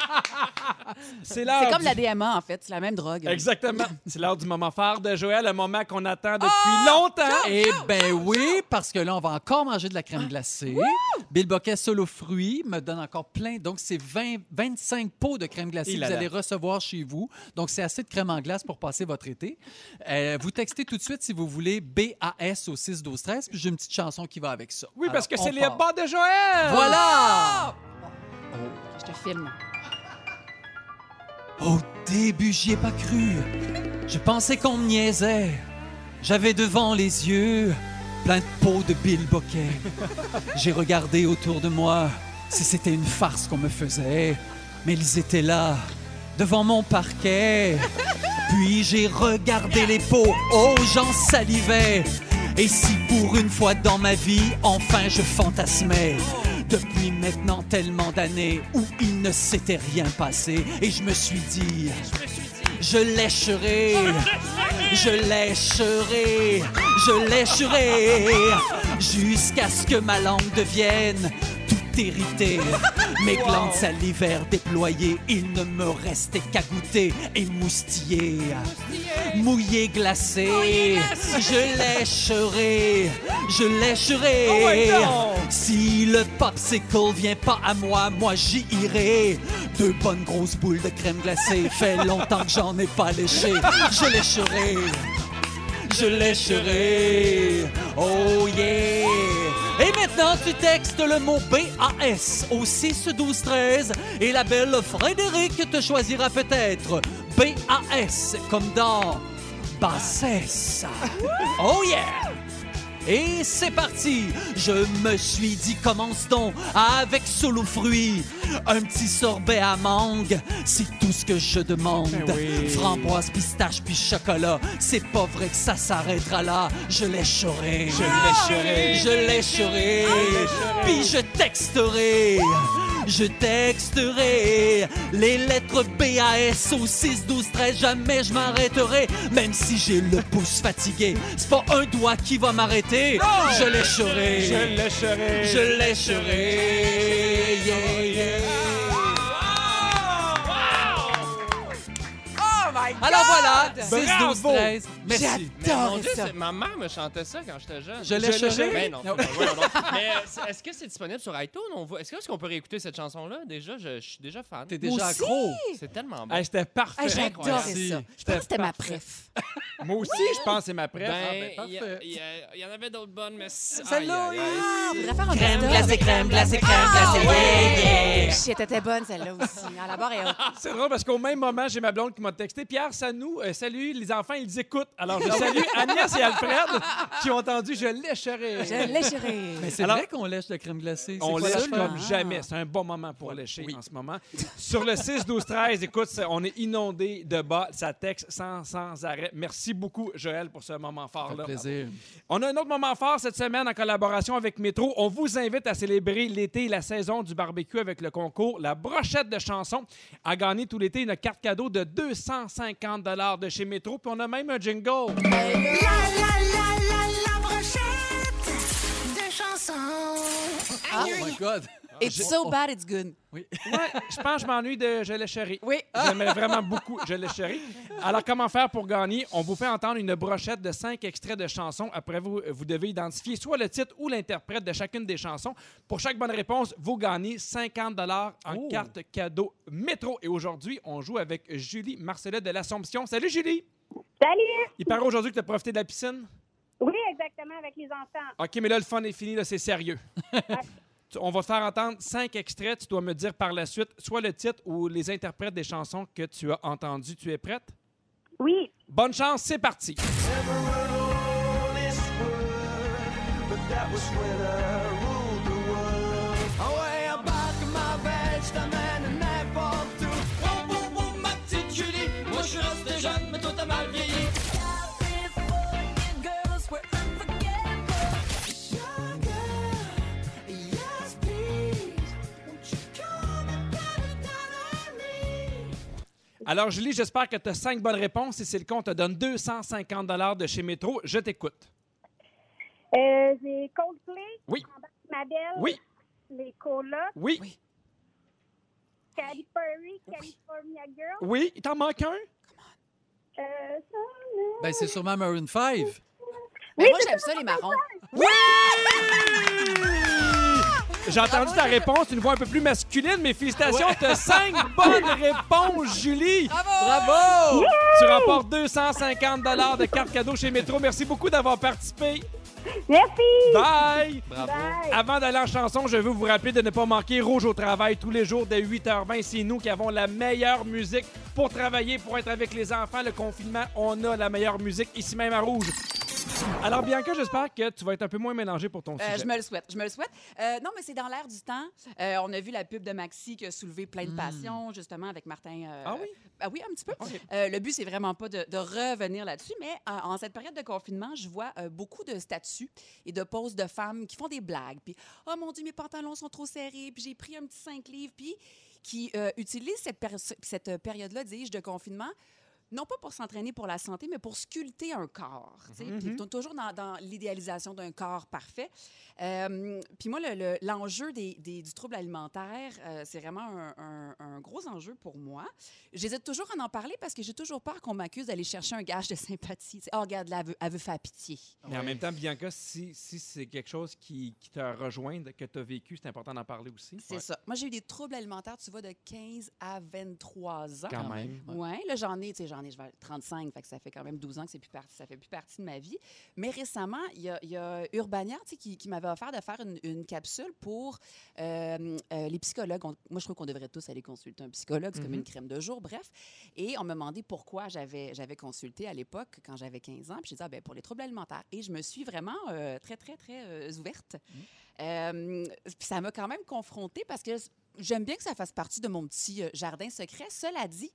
C'est l'heure
C'est comme
du-
la DMA, en fait. C'est la même drogue.
Exactement. C'est l'heure du moment phare de Joël, le moment qu'on attend depuis
Ah!
longtemps.
Eh ben oui, parce que là, on va encore manger de la crème glacée. Bill Boquet Solo Fruits me donne encore plein. Donc, c'est 20, 25 pots de crème glacée
Et
que vous
là là.
allez recevoir chez vous. Donc, c'est assez de crème en glace pour passer votre été. Euh, vous textez tout de suite si vous voulez BAS au 6 12 13 puis j'ai une petite chanson qui va avec ça.
Oui, parce que
Alors,
c'est
Ah, on
les
part.
bas de Joël.
Voilà!
Je te filme.
Au début, j'y ai pas cru. Je pensais qu'on me niaisait. J'avais devant les yeux plein de peaux de Bill Boquet. J'ai regardé autour de moi si c'était une farce qu'on me faisait. Mais ils étaient là, devant mon parquet. Puis j'ai regardé les peaux. Oh, j'en salivais. Et si pour une fois dans ma vie, enfin je fantasmais. Depuis maintenant tellement d'années où il ne s'était rien passé. Et je me suis dit, je lècherai, je lècherai, je lècherai, jusqu'à ce que ma langue devienne tout héritée. Mes glandes salivaires déployées, il ne me restait qu'à goûter et moustiller. Mouillé glacé, je lècherai, je lècherai. si le popsicle vient pas à moi, moi j'y irai. Deux bonnes grosses boules de crème glacée, fait longtemps que j'en ai pas léché. Je lècherai, je lècherai. Oh yeah! Et maintenant, tu textes le mot BAS au 6 12 13 et la belle Frédéric te choisira peut-être BAS comme dans bassesse. Oh yeah! Et c'est parti! Je me suis dit, commence donc avec solo fruits. Un petit sorbet à mangue, c'est tout ce que je demande. Framboise, pistache, puis chocolat, c'est pas vrai que ça s'arrêtera là. Je lècherai. Je
Ah,
lècherai. Je lècherai. Puis je texterai. Je texterai les lettres BAS au 6, 12, 13. Jamais je m'arrêterai, même si j'ai le pouce fatigué. C'est pas un doigt qui va m'arrêter. Je lècherai.
Je lècherai.
Je lècherai. Yeah, yeah.
Oh my God!
Alors voilà, 6,
Bravo.
12, 13. Merci.
Mais mon
J'adore
Dieu,
ça.
c'est- ma mère me chantait ça quand j'étais jeune.
Je lècherai.
Mais non, ben voyons donc. Mais euh, c'est- est-ce que c'est disponible sur iTunes? On voit- Est-ce que- est-ce qu'on peut réécouter cette chanson-là? Déjà, je, je suis déjà fan.
T'es déjà
aussi.
accro.
C'est tellement bon.
Hey, C'était parfait.
Hey, J'ai
Incroyable.
adoré ça. Je pense que c'était ma préf.
Moi aussi, je pense que c'est ma préf.
Ben,
Ah, ben,
il y,
parfait.
a- il y a- il y en avait d'autres bonnes, mais...
Celle-là,
Aïe, aïe, aïe.
Ah, faudrait faire un
Crème
best-of.
glacée, crème glacée, crème
Ah,
glacée. yeah, yeah.
Shit, elle était bonne celle-là aussi. À la barre est haute.
Ah, C'est drôle parce qu'au même moment, j'ai ma blonde qui m'a texté. Pierre Sanou, euh, salut, les enfants, ils écoutent. Alors, je salue Agnès et Alfred qui ont entendu Je lècherai.
Je l'ai gérée.
Mais c'est
Alors-
vrai qu'on lèche de crème glacée. C'est
On
quoi
lèche
l'affaire?
comme jamais. C'est un bon moment pour lécher en ce moment. Sur le 6, 12, 13, écoute, ça- on est inondé de bas. Ça texte sans, sans arrêt. Merci Merci beaucoup, Joël, pour ce moment
Ça fait
fort-là.
plaisir.
On a un autre moment fort cette semaine en collaboration avec Métro. On vous invite à célébrer l'été et la saison du barbecue avec le concours La Brochette de chansons. À gagner tout l'été une carte cadeau de 250 de chez Métro. Puis on a même un jingle.
La la la la la brochette de chansons.
Oh my God!
It's so bad, it's good.
Ouais, je pense que je m'ennuie de Je l'ai chéri.
Oui.
J'aimais vraiment beaucoup Je l'ai chéri. Alors, comment faire pour gagner? On vous fait entendre une brochette de cinq extraits de chansons. Après, vous, vous devez identifier soit le titre ou l'interprète de chacune des chansons. Pour chaque bonne réponse, vous gagnez 50 en
Oh.
carte cadeau métro. Et aujourd'hui, on joue avec Julie Marcelet de l'Assomption. Salut, Julie!
Salut!
Il paraît aujourd'hui que tu as profité de la piscine.
Oui, exactement, avec les enfants.
OK, mais là, le fun est fini, là, c'est sérieux. Tu- *laughs* On va te faire entendre cinq extraits. Tu dois me dire par la suite soit le titre ou les interprètes des chansons que tu as entendues. Tu es prête?
Oui,
Bonne chance, c'est parti. Alors, Julie, j'espère que tu as cinq bonnes réponses. Si c'est le cas, on te donne 250 de chez Métro. Je t'écoute.
euh, j'ai Coldplay,
Oui,
ma belle,
oui,
les Cola,
oui,
Oui.
Katy Perry, California Girl.
oui. Il t'en manque un?
Euh, ça, non.
Ben, c'est sûrement Maroon 5.
Mais moi, j'aime ça, les marrons. Euh,
J'ai entendu ta réponse, une voix un peu plus masculine, mais félicitations, tu as cinq bonnes réponses, Julie.
Bravo!
Tu remportes 250 de carte cadeau chez Métro. Merci beaucoup d'avoir participé.
Merci!
Bye!
Bye.
Avant d'aller en chanson, je veux vous rappeler de ne pas manquer Rouge au travail tous les jours dès 8h20. C'est nous qui avons la meilleure musique pour travailler, pour être avec les enfants. Le confinement, on a la meilleure musique ici même à Rouge. Alors, Bianca, j'espère que tu vas être un peu moins mélangée pour ton
Euh,
sujet.
je me le souhaite, je me le souhaite. Euh, non, mais c'est dans l'air du temps. Euh, on a vu la pub de Maxi qui a soulevé plein de passions, justement, avec Martin. euh,
Ah oui?
Ah oui, un petit peu.
Ok.
Euh, le but, c'est vraiment pas de, de revenir là-dessus, mais euh, en cette période de confinement, je vois euh, beaucoup de statuts et de poses de femmes qui font des blagues. Puis, oh mon Dieu, mes pantalons sont trop serrés, puis j'ai pris un petit 5 livres, puis qui euh, utilisent cette, péri- cette euh, période-là, dis-je, de confinement non pas pour s'entraîner pour la santé, mais pour sculpter un corps. tu sais. Puis t- toujours dans, dans l'idéalisation d'un corps parfait. Euh, puis moi, le- le- l'enjeu des- des- du trouble alimentaire, euh, c'est vraiment un, un- un gros enjeu pour moi. J'hésite toujours à en parler parce que j'ai toujours peur qu'on m'accuse d'aller chercher un gage de sympathie. Tu sais, oh, regarde, là, elle veut, elle veut faire pitié.
Mais en même temps, Bianca, si, si c'est quelque chose qui, qui t'a rejoint, que tu as vécu, c'est important d'en parler aussi.
C'est ça. Moi, j'ai eu des troubles alimentaires, tu vois, de 15 à 23 ans.
Quand même.
Oui, là, j'en ai, tu sais, j'en ai, je vais à 35, fait que ça fait quand même 12 ans que c'est plus parti, ça fait plus partie de ma vie. Mais récemment, il y a, il y a Urbania, tu sais, qui, qui m'avait offert de faire une, une capsule pour euh, euh, les psychologues. On- moi, je trouve qu'on devrait tous aller consulter un psychologue, c'est comme une crème de jour, bref. Et on m'a demandé pourquoi j'avais, j'avais consulté à l'époque, quand j'avais 15 ans, puis j'ai dit, ah, ben, pour les troubles alimentaires. Et je me suis vraiment euh, très, très, très euh, ouverte. Euh, puis ça m'a quand même confrontée parce que j'aime bien que ça fasse partie de mon petit euh, jardin secret. Cela dit,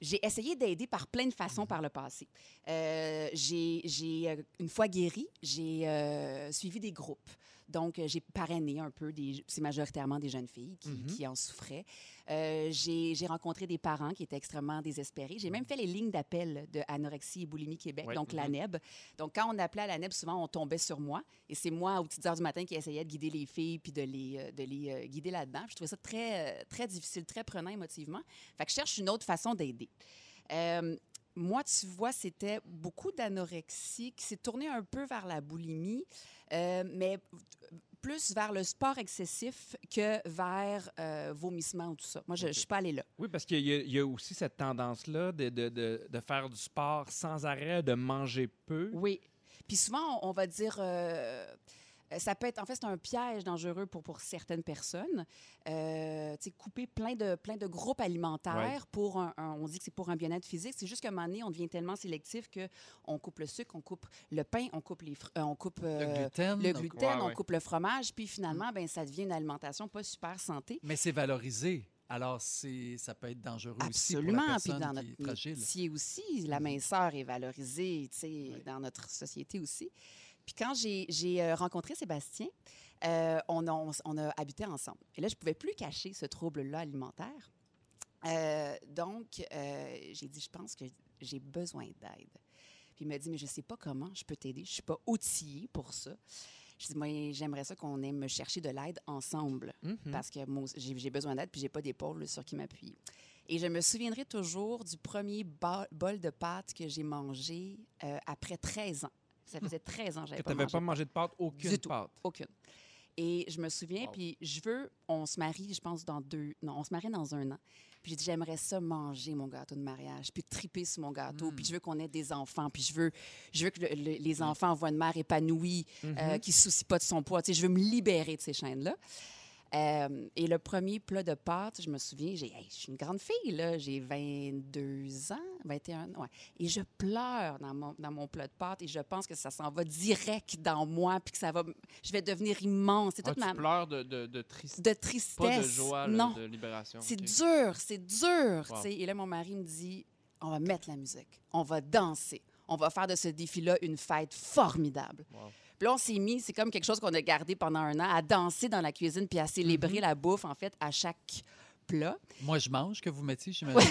j'ai essayé d'aider par plein de façons par le passé. Euh, j'ai, j'ai, euh, une fois guérie, j'ai euh, suivi des groupes. Donc, euh, j'ai parrainé un peu, des, c'est majoritairement des jeunes filles qui,
Mhm.
qui en souffraient. Euh, j'ai, j'ai rencontré des parents qui étaient extrêmement désespérés. J'ai même fait les lignes d'appel de Anorexie et Boulimie Québec,
Ouais.
donc la NEB. Donc, quand on appelait à la NEB, souvent, on tombait sur moi. Et c'est moi, aux petites heures du matin, qui essayais de guider les filles puis de les, euh, de les euh, guider là-dedans. Puis Je trouvais ça très, euh, très difficile, très prenant émotivement. Fait que je cherche une autre façon d'aider. Euh, moi, tu vois, c'était beaucoup d'anorexie qui s'est tournée un peu vers la boulimie, euh, mais plus vers le sport excessif que vers euh, vomissement ou tout ça. Moi, je ne suis pas allée là.
Oui, parce qu'il y, a- il y a aussi cette tendance-là de, de- de- de faire du sport sans arrêt, de manger peu.
Oui. Puis souvent, on on va dire. euh, euh, ça peut être, en fait, c'est un piège dangereux pour, pour certaines personnes. Euh, tu sais, couper plein de, plein de groupes alimentaires pour un, un- on dit que c'est pour un bien-être physique. C'est juste qu'à un moment donné, on devient tellement sélectif que on coupe le sucre, on coupe le pain, on coupe les, fr- euh, on coupe
Le
euh,
gluten.
le
donc-
gluten,
ouais,
on
ouais.
coupe le fromage, puis finalement, ben ça devient une alimentation pas super santé.
Mais c'est valorisé. Alors, c'est, ça peut être dangereux
Absolument.
aussi
Puis
pour la
dans
personne
notre
qui est fragile. Mm.
métier aussi, la minceur est valorisée, tu sais, dans notre société aussi. Puis quand j'ai- j'ai euh, rencontré Sébastien, euh, on, a, on s- on a habité ensemble. Et là, je ne pouvais plus cacher ce trouble-là alimentaire. Euh, donc, euh, j'ai dit, je pense que j'ai besoin d'aide. Puis il m'a dit, mais je ne sais pas comment je peux t'aider. Je ne suis pas outillée pour ça. Je dis, moi, j'aimerais ça qu'on aime me chercher de l'aide ensemble
Mm-hmm. Mhm.
parce que moi aussi, j'ai j'ai besoin d'aide puis j'ai pas d'épaule sur qui m'appuyer. Et je me souviendrai toujours du premier ba- bol de pâtes que j'ai mangé euh, après 13 ans. Ça faisait 13 ans que j'avais
Que
pas
tu
mangé.
pas mangé de pâte, aucune
Du tout.
pâte.
Aucune. Et je me souviens,
Wow.
puis je veux, on se marie, je pense, dans deux, non, on se marie dans un an. Puis j'ai dit, j'aimerais ça manger mon gâteau de mariage, puis triper sur mon gâteau, puis je veux qu'on ait des enfants, puis je veux, je veux que le- le- les enfants voient une mère épanouie,
Mhm.
Mhm.
euh, qui ne se soucie pas de son poids. Tu sais, je veux me libérer de ces chaînes-là. Euh, et le premier plat de pâtes, je me souviens, j'ai, hey, je suis une grande fille, là, j'ai 22 ans, 21 ans, ouais. et je pleure dans mon, dans mon plat de pâtes et je pense que ça s'en va direct dans moi, puis que ça va, m- je vais devenir immense. C'est
Ah,
toute
tu
ma
pleures de, de, de
de
tristesse, pas de
tristesse.
joie, là,
non,
de libération.
c'est
Ok.
dur, c'est dur.
Wow.
tu sais. Et là, mon mari me dit, on va mettre la musique, on va danser, on va faire de ce défi-là une fête formidable.
Wow.
Puis là, on s'est mis, c'est comme quelque chose qu'on a gardé pendant un an, à danser dans la cuisine puis à célébrer
Mhm.
la bouffe, en fait, à chaque plat.
Moi, je mange que vous mettiez, j'imagine.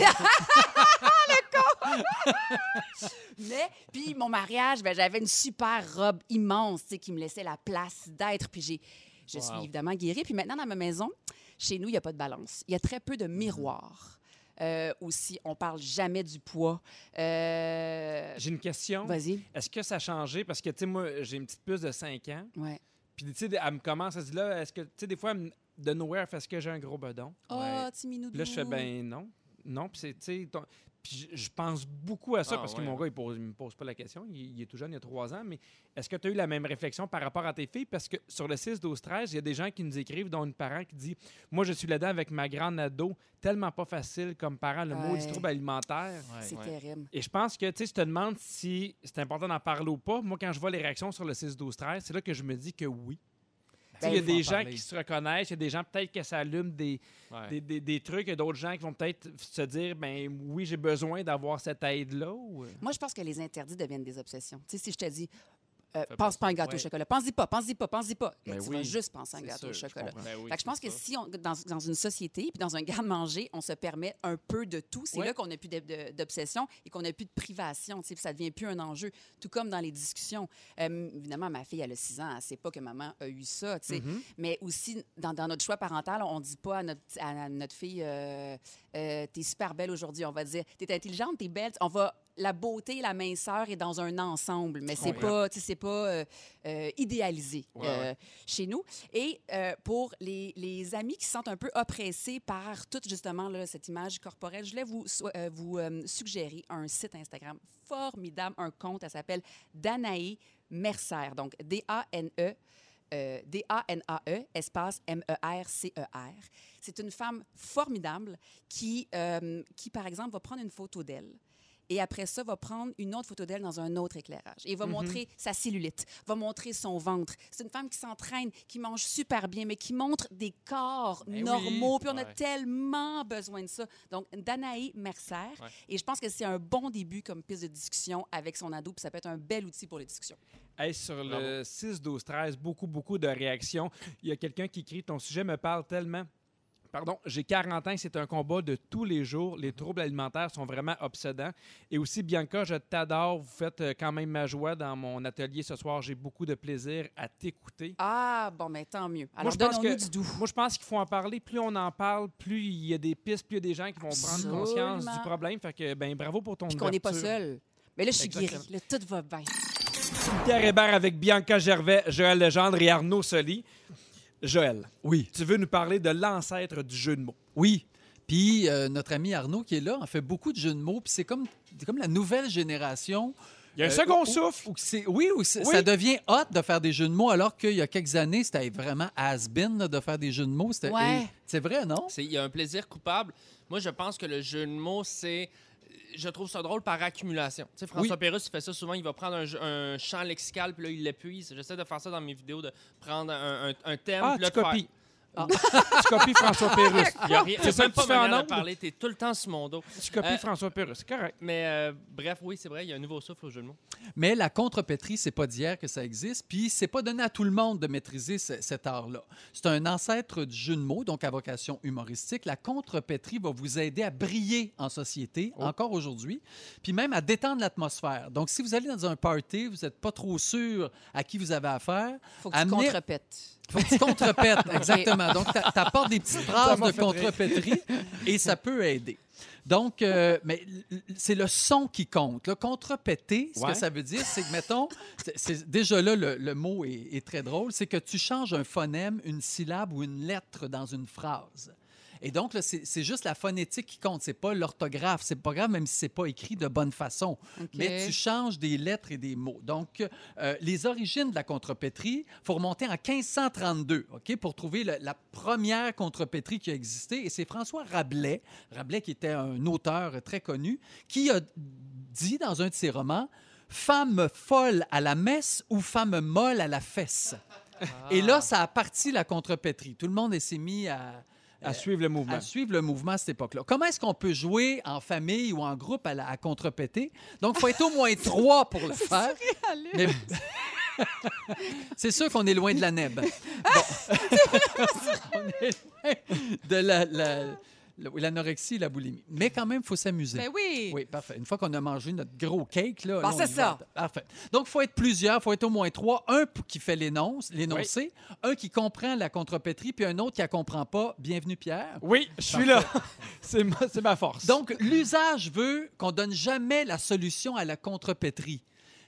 Mais, puis mon mariage, ben, j'avais une super robe immense, tu sais, qui me laissait la place d'être. Puis j'ai, je suis
Wow.
évidemment guérie. Puis maintenant, dans ma maison, chez nous, il n'y a pas de balance. Il y a très peu de miroirs. Euh, aussi, on parle jamais du poids. Euh,
J'ai une question.
Vas-y.
Est-ce que ça a changé? Parce que, tu sais, moi, j'ai une petite puce de 5 ans.
Ouais.
Puis, tu sais, elle me commence à se dire, là, est-ce que, tu sais, des fois, elle me- de nowhere, est-ce que j'ai un gros bedon?
Oh, petit minou
Puis Là, je fais,
doux.
ben non. Non, puis c'est, tu sais, ton- puis je- je pense beaucoup à ça
Ah,
parce que
ouais,
mon
hein.
gars, il pose, il me pose pas la question. Il, il est tout jeune, il a trois ans. Mais est-ce que tu as eu la même réflexion par rapport à tes filles? Parce que sur le 6, 12, 13, il y a des gens qui nous écrivent, dont une parent qui dit Moi, je suis là-dedans avec ma grande ado, tellement pas facile comme parent, le mot du
Ouais.
trouble alimentaire.
Ouais,
C'est
ouais.
terrible.
Et je pense que, tu sais, je te demande si c'est important d'en parler ou pas. Moi, quand je vois les réactions sur le 6, 12, 13, c'est là que je me dis que oui.
Ben,
Tu sais, Il y a
il faut en
des gens
parler.
qui se reconnaissent, il y a des gens peut-être que ça allume des,
Ouais.
des, des- des trucs, il y a d'autres gens qui vont peut-être se dire ben oui, j'ai besoin d'avoir cette aide-là. ou- euh,
Moi, je pense que les interdits deviennent des obsessions. Tu sais, si je te dis, euh,
Fais pas
pense pas à un
ça.
gâteau au
Ouais.
chocolat. Pense-y pas, pense-y pas, pense-y pas.
Ben
tu vas
oui,
juste penser à un
c'est
gâteau au
sûr, je
chocolat.
comprends.
Ben oui,
Fait que je pense que
c'est ça.
si on, dans, dans une société puis dans un garde-manger, on se permet un peu de tout, c'est
Ouais.
là qu'on n'a plus de- de- d'obsession et qu'on n'a plus de privation. tu sais, puis Ça devient plus un enjeu. Tout comme dans les discussions. Euh, évidemment, ma fille, elle a 6 ans, elle ne sait pas que maman a eu ça. tu sais.
Mhm.
Mais aussi, dans, dans notre choix parental, on ne dit pas à notre, à notre fille euh, euh, T'es super belle aujourd'hui. On va dire T'es intelligente, t'es belle. On va. La beauté et la minceur est dans un ensemble, mais c'est
comprends.
pas, tu sais, c'est pas euh, euh, idéalisé
Ouais,
euh, chez nous. Et euh, pour les, les amis qui se sentent un peu oppressés par toute justement là, cette image corporelle, je voulais vous, so- euh, vous euh, suggérer un site Instagram formidable, un compte, elle s'appelle Danae Mercer, donc D-A-N-E. euh, D-A-N-A-E, E, espace M-E-R-C-E-R. E C'est une femme formidable qui, euh, qui, par exemple, va prendre une photo d'elle et après ça, va prendre une autre photo d'elle dans un autre éclairage.
Mm-hmm.
Et va montrer sa cellulite, va montrer son ventre. C'est une femme qui s'entraîne, qui mange super bien, mais qui montre des corps
Ben oui.
normaux. Puis on a
Ouais.
tellement besoin de ça. Donc, Danae Mercer.
Ouais.
Et je pense que c'est un bon début comme piste de discussion avec son ado. Puis ça peut être un bel outil pour les discussions.
Hey, sur le
Bravo.
6, 12, 13, beaucoup, beaucoup de réactions. Il y a quelqu'un qui crie Ton sujet me parle tellement. Pardon, j'ai 40 ans, c'est un combat de tous les jours. Les troubles alimentaires sont vraiment obsédants. Et aussi, Bianca, je t'adore. Vous faites euh, quand même ma joie dans mon atelier ce soir. J'ai beaucoup de plaisir à t'écouter.
Ah, bon, mais tant mieux. Alors,
je pense
donnons-nous
que-
du doux.
Moi, je pense qu'il faut en parler. Plus on en parle, plus il y a des pistes, plus il y a des gens qui vont
Absolument.
prendre conscience du problème. Fait que, ben, bravo pour ton
Puis qu'on n'est pas
ouverture.
seul. Mais là, je suis
Exactement.
guérie. Là, tout va bien.
Pierre Hébert avec Bianca Gervais, Joël Legendre et Arnaud Soli. Joël,
Oui.
tu veux nous parler de l'ancêtre du jeu de mots.
Oui. Puis euh, notre ami Arnaud qui est là en fait beaucoup de jeux de mots. Puis c'est comme, c'est comme la nouvelle génération.
Il y a un
Euh,
second
ou-
souffle.
ou que c'est- oui, ou c'est-
Oui.
ça devient hot de faire des jeux de mots alors qu'il y a quelques années, c'était vraiment has-been là, de faire des jeux de mots. C'était-
Ouais.
et- C'est vrai, non?
C'est- Il y a un plaisir coupable. Moi, je pense que le jeu de mots, c'est. Je trouve ça drôle par accumulation. Tu sais, François Pérusse, il fait ça souvent. Il va prendre un, jeu- un champ lexical, puis là, il l'épuise. J'essaie de faire ça dans mes vidéos, de prendre un, un- un thème.
Ah,
puis là,
tu
de faire-
copies. *laughs* Tu copies François Pérus.
Il y a rien-
C'est ça
même
que
pas
tu fais en
manière de
ondes?
parler, t'es tout le temps sur mon dos.
Tu copies
Euh,
François Pérus. C'est correct.
Mais euh, bref, oui, c'est vrai, il y a un nouveau souffle au jeu de mots.
Mais la contrepétrie, c'est pas d'hier que ça existe, puis c'est pas donné à tout le monde de maîtriser ce- cet art-là. C'est un ancêtre du jeu de mots, donc à vocation humoristique. La contrepétrie va vous aider à briller en société, encore aujourd'hui, puis même à détendre l'atmosphère. Donc, si vous allez dans un party, vous n'êtes pas trop sûr à qui vous avez affaire,
Faut que
Amener-
tu contrepètes.
faut que tu
*laughs*
contrepètes, exactement. Donc, t'a- t'apportes des petites phrases
m'a
de
fait rire. *laughs*
contrepétrie et ça peut aider. Donc, euh, mais l- l- c'est le son qui compte. Le contrepéter, ce
Ouais.
que ça veut dire, c'est que, mettons, c'est- c'est- déjà là, le, le mot est, est très drôle, c'est que tu changes un phonème, une syllabe ou une lettre dans une phrase. Et donc, là, c'est c'est juste la phonétique qui compte, c'est pas l'orthographe. C'est pas grave, même si c'est pas écrit de bonne façon. Mais tu changes des lettres et des mots. Donc, euh, les origines de la contrepétrie, il faut remonter en 1532, OK, pour trouver le- la première contrepétrie qui a existé. Et c'est François Rabelais, Rabelais qui était un auteur très connu, qui a dit dans un de ses romans Femme folle à la messe ou femme molle à la fesse. Et là, ça a parti la contrepétrie. Tout le monde s'est mis à,
Euh, À suivre le mouvement.
à suivre le mouvement à cette époque-là. Comment est-ce qu'on peut jouer en famille ou en groupe à, la- à contrepéter? Donc, il faut être au
*laughs*
moins trois pour le faire. Mais- *laughs* C'est sûr qu'on est loin de la neb. Bon.
*laughs*
*laughs* On est loin de la- la- la- l'anorexie et la boulimie. Mais quand même, il faut s'amuser.
Ben oui.
Oui, parfait. Une fois qu'on a mangé notre gros cake, là.
Bon,
là, on
c'est
y va.
ça.
Parfait. Donc, il faut être plusieurs, il faut être au moins trois. Un p- qui fait l'énonce- l'énoncé, un qui comprend la contrepétrie, puis un autre qui ne comprend pas. Bienvenue, Pierre.
Oui, je suis là. *laughs* C'est ma, c'est ma force.
Donc, l'usage veut qu'on donne jamais la solution à la contrepétrie.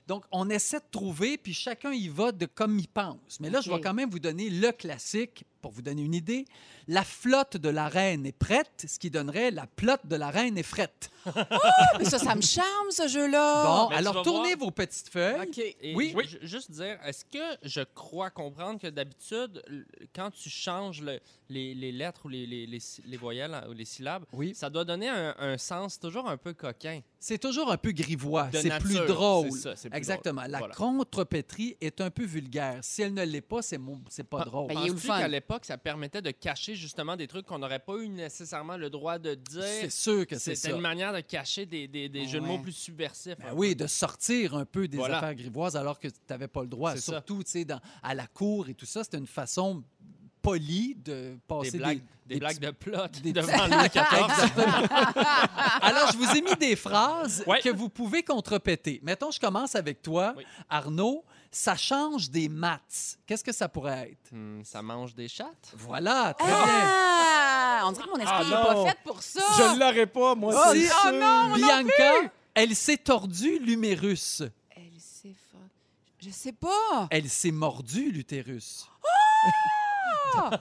Donc, on essaie de trouver, puis chacun y va de comme il pense. Mais là, je
OK.
vais quand même vous donner le classique, pour vous donner une idée. La flotte de la reine est prête, ce qui donnerait la plotte de la reine est frette.
Ah, Mais ça, ça me charme, ce jeu-là.
Bon,
ben, tu
alors
vas
tournez
voir.
vos petites feuilles.
OK.
Et
Oui.
ju- ju- Juste dire, est-ce que je crois comprendre que d'habitude, l- quand tu changes le- les, les lettres ou les, les, les, sy- les voyelles hein, ou les syllabes,
Oui.
ça doit donner un, un sens toujours un peu coquin.
C'est toujours un peu grivois,
De
Ah, c'est
nature,
plus drôle.
c'est ça, c'est plus
Exactement.
drôle.
La
Voilà.
contrepétrie est un peu vulgaire. Si elle ne l'est pas, c'est mo- c'est pas
Pa-
drôle.
ben, il est où le
Penses-tu
fun?
qu'à l'époque, ça permettait de cacher justement des trucs qu'on n'aurait pas eu nécessairement le droit de dire?
C'est sûr que c'est ça.
C'était une manière de cacher des, des- des jeux de
Ouais.
mots plus subversifs.
Ben
un
oui, de sortir un peu des
Voilà.
affaires grivoises alors que tu n'avais pas le droit.
C'est ça.
Surtout, tu sais, dans- à la cour et tout ça, c'était une façon polie de
peu.
passer
des, blagues, des
des
blagues de plot
des
devant Louis XIV.
*laughs* Alors, je vous ai mis des phrases
Ouais.
que vous pouvez contrepéter. Mettons, je commence avec toi,
Oui.
Arnaud. Ça change des maths. Qu'est-ce que ça pourrait être?
Hmm, ça mange des chattes?
Voilà, très bien.
Ah! On dirait que mon esprit n'est
Ah non.
pas fait pour ça.
Je l'aurais pas, moi.
Oh,
c'est
oh
sûr.
Bianca, elle s'est tordue l'humérus.
Elle s'est fa- Je sais pas.
Elle s'est mordue l'utérus.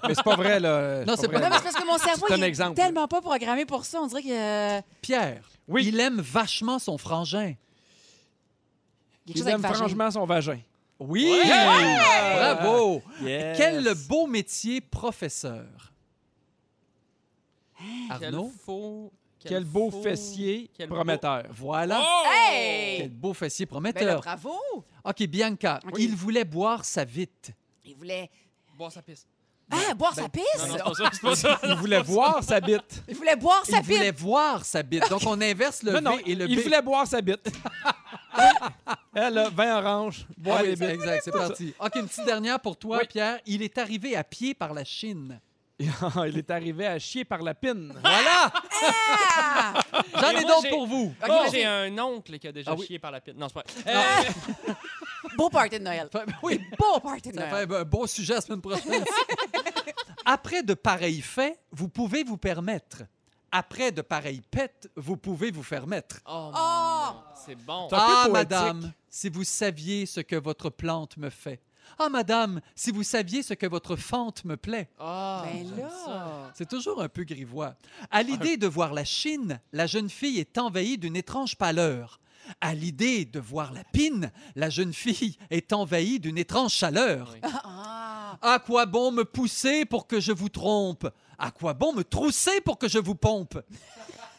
Mais c'est pas vrai, là.
Non, c'est pas
Non,
vrai.
mais c'est parce que mon cerveau
C'est un
il est
exemple.
tellement pas programmé pour ça. On dirait que. euh,
Pierre,
Oui.
il aime vachement son frangin.
Quelque chose
Il
avec
aime
vagin.
franchement son vagin.
Oui! Bravo! Quel beau métier, professeur. Arnaud,
Quel faux...
Quel beau
faux-
fessier
quel beau-
*laughs*
prometteur.
voilà. Quel
Oh! Hey!
beau fessier
Ben là,
prometteur.
bravo!
OK, Bianca,
Oui.
il voulait boire sa vite.
Il voulait.
Boire sa pisse.
Ah, boire sa pisse!
Non, non, c'est pas ça,
*laughs*
c'est pas ça.
Il voulait voir sa bite.
Il voulait boire sa
il voulait
pisse!
voir sa bite. Donc, on inverse
Non,
le V
non,
et le
il
B.
voulait boire sa
*laughs*
bite. Elle, là, vin orange, boire
Ah oui,
les bites.
exact, c'est parti. OK, une petite dernière pour toi,
Oui.
Pierre. Il est arrivé à pied par la Chine.
Ah, il est arrivé à chier par la pine.
Voilà!
Ah!
J'en
Et
ai
moi,
d'autres
j'ai-
pour vous.
Ok,
Moi,
vas-y.
j'ai un oncle qui a déjà
Ah oui.
chié par la pite. Non, c'est pas vrai.
Beau party de Noël.
Oui,
Beau party de
Ça
Noël.
fait un bon sujet la semaine prochaine. *laughs* Après de pareils faits, vous pouvez vous permettre. Après de pareilles pètes, vous pouvez vous faire mettre.
Oh, mon
Oh!
Dieu, C'est bon.
un peu
Ah,
poétique.
madame, si vous saviez ce que votre plante me fait. Ah, madame, si vous saviez ce que votre fente me plaît.
Ah,
Ben
j'aime ça.
là!
C'est toujours un peu grivois. À l'idée de voir la Chine, la jeune fille est envahie d'une étrange pâleur. À l'idée de voir la pine, la jeune fille est envahie d'une étrange chaleur.
Oui.
Ah!
À quoi bon me pousser pour que je vous trompe? À quoi bon me trousser pour que je vous pompe?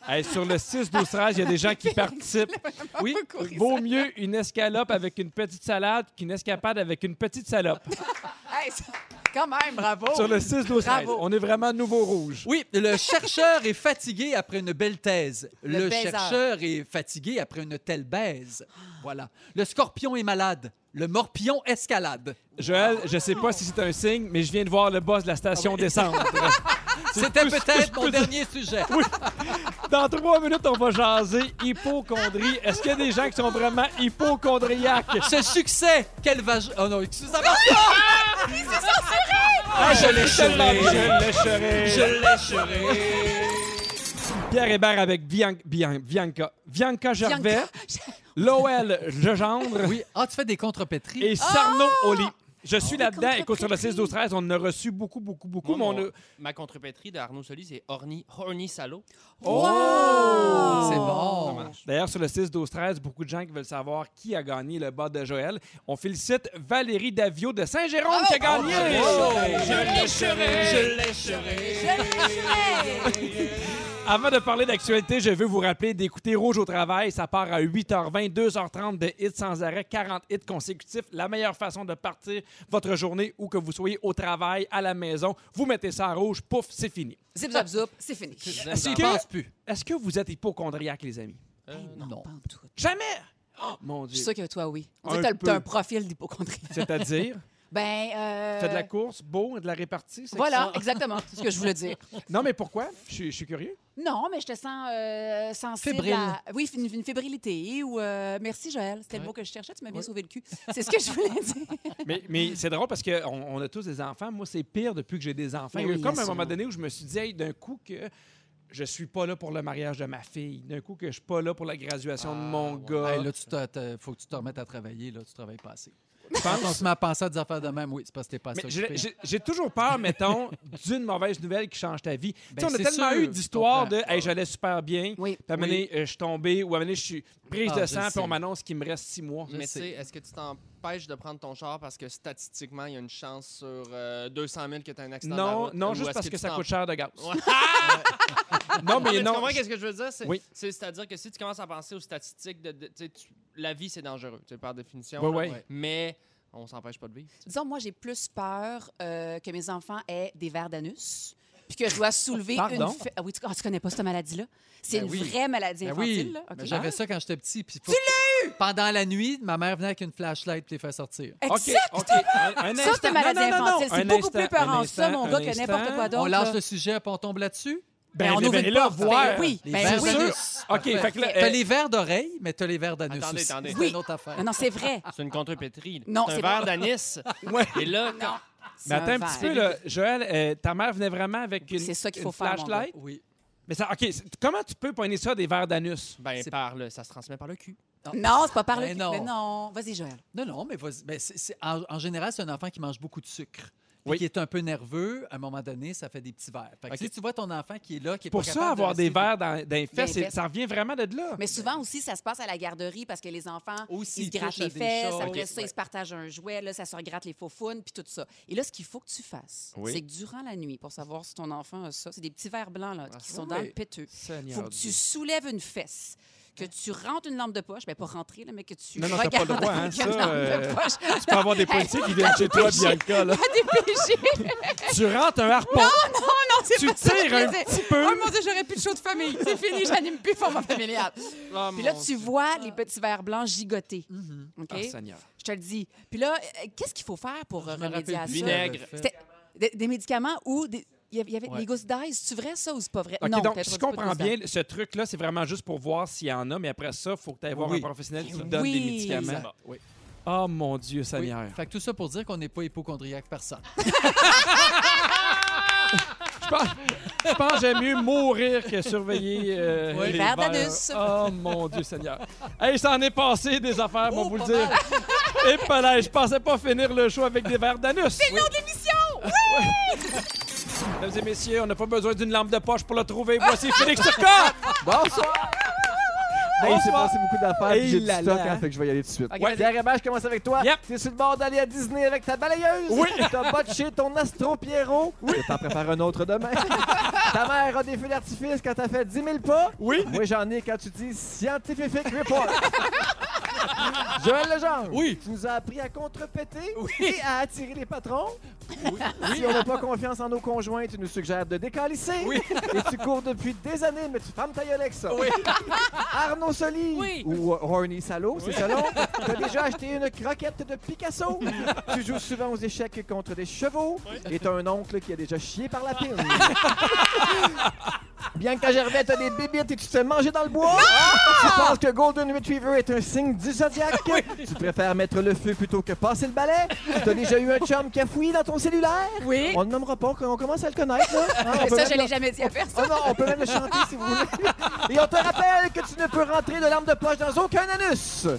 Hey, sur le 6 12 13, il y a des
*laughs*
gens qui participent.
Oui,
Vaut mieux une escalope avec une petite salade qu'une escapade avec une petite salope.
Hey, ça- quand même, bravo.
Sur le 6 12 13
Oh. Bravo.
on est vraiment nouveau rouge.
Oui, le chercheur est fatigué après une belle thèse. Le,
Le baiser.
chercheur est fatigué après une telle baise. Voilà. Le scorpion est malade. Le morpion escalade.
Joël, je sais pas si c'est un signe, mais je viens de voir le boss de la
Ah
station descendre.
*laughs*
C'était
tout ce que je
peut-être
peux
mon
dire.
dernier sujet.
Dans trois minutes, on va jaser hypochondrie. Est-ce qu'il y a des gens qui sont vraiment hypochondriaques?
Ce succès, quel va... Oh non, excusez-moi.
Ah, je
lécherai.
Je lécherai.
Je lécherai.
Pierre Hébert avec Bian- Bian- Bianca. Bianca Gervais, Lowell Legendre
Oui. Ah, tu fais des contrepétries.
et Sarno Oli. Je suis là-dedans.
contre
Écoute, sur le
Pétri.
6, 12, 13, on en a reçu beaucoup, beaucoup, beaucoup.
Moi,
mais on
mon-
a-
Ma contrepétrie de Arnaud Solis, c'est Horny, horny Salaud.
Oh!
C'est
Ça
bon.
marche.
D'ailleurs, sur le 6, 12, 13, beaucoup de gens qui veulent savoir qui a gagné le bas de Joël. On félicite Valérie Davio de Saint-Jérôme
Ah
qui a gagné.
Je lécherai. Je lécherai.
Avant de parler d'actualité, je veux vous rappeler d'écouter Rouge au travail. Ça part à 8h20, 2h30 de hits sans arrêt, 40 hits consécutifs. La meilleure façon de partir votre journée où que vous soyez au travail, à la maison, vous mettez ça en rouge, pouf, c'est fini.
Zip, zap, zoup, c'est fini.
Est-ce
J'en
que,
pense plus.
est-ce que vous êtes hypochondriaque, les amis?
Euh,
non,
non.
pas en tout.
Jamais! Oh, mon
Je suis
Dieu.
sûre que toi, oui. On dirait
Un
que t'as le-
peu.
t'as un profil d'hypochondriaque.
C'est-à-dire,
Ben, euh...
fais de la course, beau, de la répartie, c'est
Voilà,
ça?
exactement. C'est ce que je voulais dire.
Non, mais pourquoi? Je suis- je suis curieux.
Non, mais je te sens euh, sensible
Fébrile.
à... Oui, une, une fébrilité ou... euh, Merci, Joël. C'était le
Ouais.
mot que je cherchais. Tu m'as bien sauvé le cul. C'est ce que je voulais dire.
Mais, mais c'est drôle parce qu'on on a tous des enfants. Moi, c'est pire depuis que j'ai des enfants.
Mais
Il y a eu
oui,
comme un
absolument.
moment donné où je me suis dit, Hey, d'un coup, que je suis pas là pour le mariage de ma fille. D'un coup, que je suis pas là pour la graduation de
Ah,
Oh mon
ouais.
gars.
Hey, là, tu t'as- t'as- faut que tu te remettes à travailler. Là, tu travailles pas assez.
Tu
Quand on
penses?
se met à penser à des affaires de même, oui, c'est parce que t'es pas
Mais
assez
j'ai-
occupé.
j'ai- j'ai toujours peur, mettons, d'une mauvaise nouvelle qui change ta vie. Tu sais,
Ben,
on a
c'est
tellement
sûr,
eu d'histoires
je
de
comprends.
hey, j'allais super bien,
Oui.
puis à un moment donné, euh, je suis tombé, ou à un moment donné, je suis prise
Ah,
de
je
sang, puis
sais.
on m'annonce qu'il me reste six mois.
Mais tu
sais.
sais, est-ce que tu t'empêches de prendre ton char parce que statistiquement, il y a une chance sur euh, 200 000 que tu as un accident de la
Non,
route,
non,
ou
juste
est-ce
parce que,
tu
ça
t'en-
coûte cher de gaz. *laughs*
Ouais.
non, mais
Tu
non.
comprends qu'est-ce que je veux dire? C'est,
Oui.
c'est, à dire que si tu commences à penser aux statistiques, de, de- tu sais, tu- la vie, c'est dangereux, tu sais, par définition.
Ouais,
là.
ouais.
Ouais.
Mais on s'empêche pas de vivre.
Disons, moi, j'ai plus peur euh, que mes enfants aient des vers d'anus puis que je dois soulever
Pardon?
une... fa- Ah oui, tu... ah, tu connais pas cette maladie-là? C'est
Ben
une
oui.
vraie maladie
Ben
infantile.
oui,
là. OK.
mais j'avais ça quand j'étais petit. Puis tu l'as eu! Pendant la nuit, ma mère venait avec une flashlight et les fait sortir.
Ah, Exact.
OK, OK. Un, un
Ça, c'est
instant.
une maladie
Non, non, non, non.
infantile. C'est
Un
beaucoup
instant,
plus peurant,
un
ça, mon
instant,
gars,
un
que
instant.
n'importe quoi
on
d'autre.
lâche
là.
le sujet, puis on tombe là-dessus.
Ben,
Ben, on
ben,
ouvre une
là,
porte.
voir.
Ben oui,
Les
ben
verres
oui.
d'anus.
OK, fait que là,
T'as
euh,
les verres d'oreilles, mais t'as les verres d'anus
Attendez,
aussi.
attendez.
C'est
Oui.
une autre affaire.
Ah Non, c'est vrai.
C'est une contrepétrie. là.
Non,
c'est un
c'est
verre
pas- *laughs*
d'anis. Et là, quand-
Mais attends un petit peu, là, Joël, euh, ta mère venait vraiment avec une,
C'est ça qu'il
une
faut faire, mon
flashlight.
Oui.
Mais ça, OK, c'est- comment tu peux poigner ça des verres d'anus?
ben,
C'est-
par le- ça se transmet par le cul.
Non, c'est pas par le
Ben
cul.
non.
Mais non. Vas-y, Joël.
Non, non, mais, vas-y. mais c'est- c'est- en, en général, c'est un enfant qui mange beaucoup de sucre. puis
Oui.
qui est un peu nerveux, à un moment donné, ça fait des petits verres. Fait que
OK.
si tu vois ton enfant qui est là, qui est
Pour
pas
ça,
capable de
avoir des
rester-
verres dans, dans les
Dans les
fesses, c'est-
fesses.
ça revient vraiment de là.
Mais souvent aussi, ça se passe à la garderie parce que les enfants,
Aussi,
ils se
ils
grattent
touchent à
les
des
fesses,
choses.
après
Ok,
ça, ils se partagent un jouet, là, ça se regratte les faux faunes, puis tout ça. Et là, ce qu'il faut que tu fasses,
Oui.
c'est que durant la nuit, pour savoir si ton enfant a ça, c'est des petits verres blancs là, qui sont
oui.
dans le péteux. Il
Seigneur
faut que
Dieu.
tu soulèves une fesse, que tu rentres une lampe de poche, mais pas rentrer, là, mais que tu
Non, non, t'as pas
regardes *laughs*
le droit, hein,
avec
ça,
une lampe
euh,
de poche. Ah,
Tu
*laughs*
peux avoir des policiers qui viennent chez toi, Bianca. Là.
À *laughs* dépêcher.
tu rentres un harpon.
Non, Ah, c'est
Tu
pas ça que je
tires
voulais
un
dire.
petit peu.
Oh mon Dieu, j'aurais plus de show de famille. C'est fini, j'anime plus format familial.
Oh
Puis là, tu vois les petits verres blancs gigoter. OK?
Ah, Seigneur.
Je te le dis. Puis là, euh, qu'est-ce qu'il faut faire pour euh,
Je me
remédier à
rappelle
ça?
plus
Vinaigre.
j'avais fait.
C'était des, des médicaments ou des. Il y avait, il y avait
Ouais.
des gousses d'ail. C'est-tu vrai, ça, ou c'est pas vrai?
OK,
non,
donc,
peut-être
je
pas de
comprends
gousses d'ail.
bien, ce truc-là, c'est vraiment juste pour voir s'il y en a, mais après ça, il faut que tu ailles voir
Oui.
un professionnel qui te
Oui.
donne des
Oui.
médicaments.
Exact. Oui.
Oh mon Dieu,
Oui.
Seigneur.
Fait que tout ça pour dire qu'on n'est pas hypochondriaque personne.
Je pense, je pense que j'aime mieux mourir que surveiller euh,
Oui.
les
Verre
verres.
d'anus.
Oh mon Dieu Seigneur. Hey, ça en est passé des affaires, pour vous le dire. Et palais, je pensais pas finir le show avec des verres d'anus. C'est le nom de l'émission. Mesdames et messieurs, on n'a pas besoin d'une lampe de poche pour le trouver. Voici Félix Turcotte.
Bonsoir! Hey, il s'est passé beaucoup d'affaires,
Hey
puis j'ai du
là
stock,
là.
hein, fait que je vais y aller tout de suite.
Ok,
Ouais.
vas-y.
Pierre Hébert, je commence avec toi.
Yep.
T'es sur le bord d'aller à Disney avec ta balayeuse.
Oui.
*laughs* T'as botché ton astro Pierrot. Oui. T'en prépares un autre demain. ta mère a des feux d'artifice quand t'as fait 10 000 pas.
Oui.
Moi, j'en ai quand tu dis scientifique report. Joël Legendre,
Oui.
tu nous as appris à contrepéter
Oui.
et à attirer les patrons. *laughs* Si on n'a pas confiance en nos conjoints, tu nous suggères de décalisser.
Oui.
Et tu cours depuis des années, mais tu fermes ta gueule avec ça.
Oui.
*laughs* Arnaud Soli
Oui.
ou euh, Horny Salo, c'est selon. Tu as déjà acheté une croquette de
*laughs*
Picasso. tu joues souvent aux échecs contre des chevaux. Et tu un oncle qui a déjà chié par la *laughs* pine. Bien que Gervais, t'as des bébites et tu te fais manger dans le bois. Tu penses que Golden Retriever est un signe du zodiaque. Tu préfères mettre le feu plutôt que passer le balai. T'as déjà eu un chum qui a fouillé dans ton cellulaire.
Oui.
On ne nommera pas, on commence à le connaître. Là. Hein, on
Mais ça,
peut même
je
le-
l'ai jamais dit à
Oh
personne.
non, on peut même le chanter si vous voulez. Et on te rappelle que tu ne peux rentrer de l'arme de poche dans aucun anus.
Oh!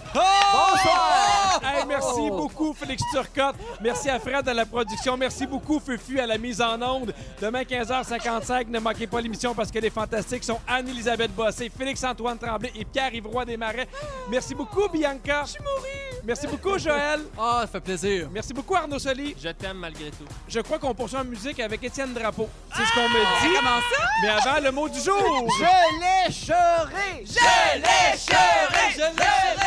Bonsoir.
Hey, merci beaucoup, Félix Turcotte. Merci à Fred à la production. Merci beaucoup, Fufu, à la mise en onde. Demain, 15h55, ne manquez pas l'émission parce que les fantastiques sont Anne-Elisabeth Bossé, Félix-Antoine Tremblay et Pierre-Yves Roy Desmarais. Merci beaucoup, Bianca. Je suis mouru. Merci beaucoup, Joël.
Ah, ça fait plaisir.
Merci beaucoup, Arnaud Soli.
Je t'aime malgré tout.
Je crois qu'on poursuit en musique avec Étienne Drapeau. C'est ce qu'on me dit. Mais avant, le mot du jour.
Je lécherai.
Je l'ai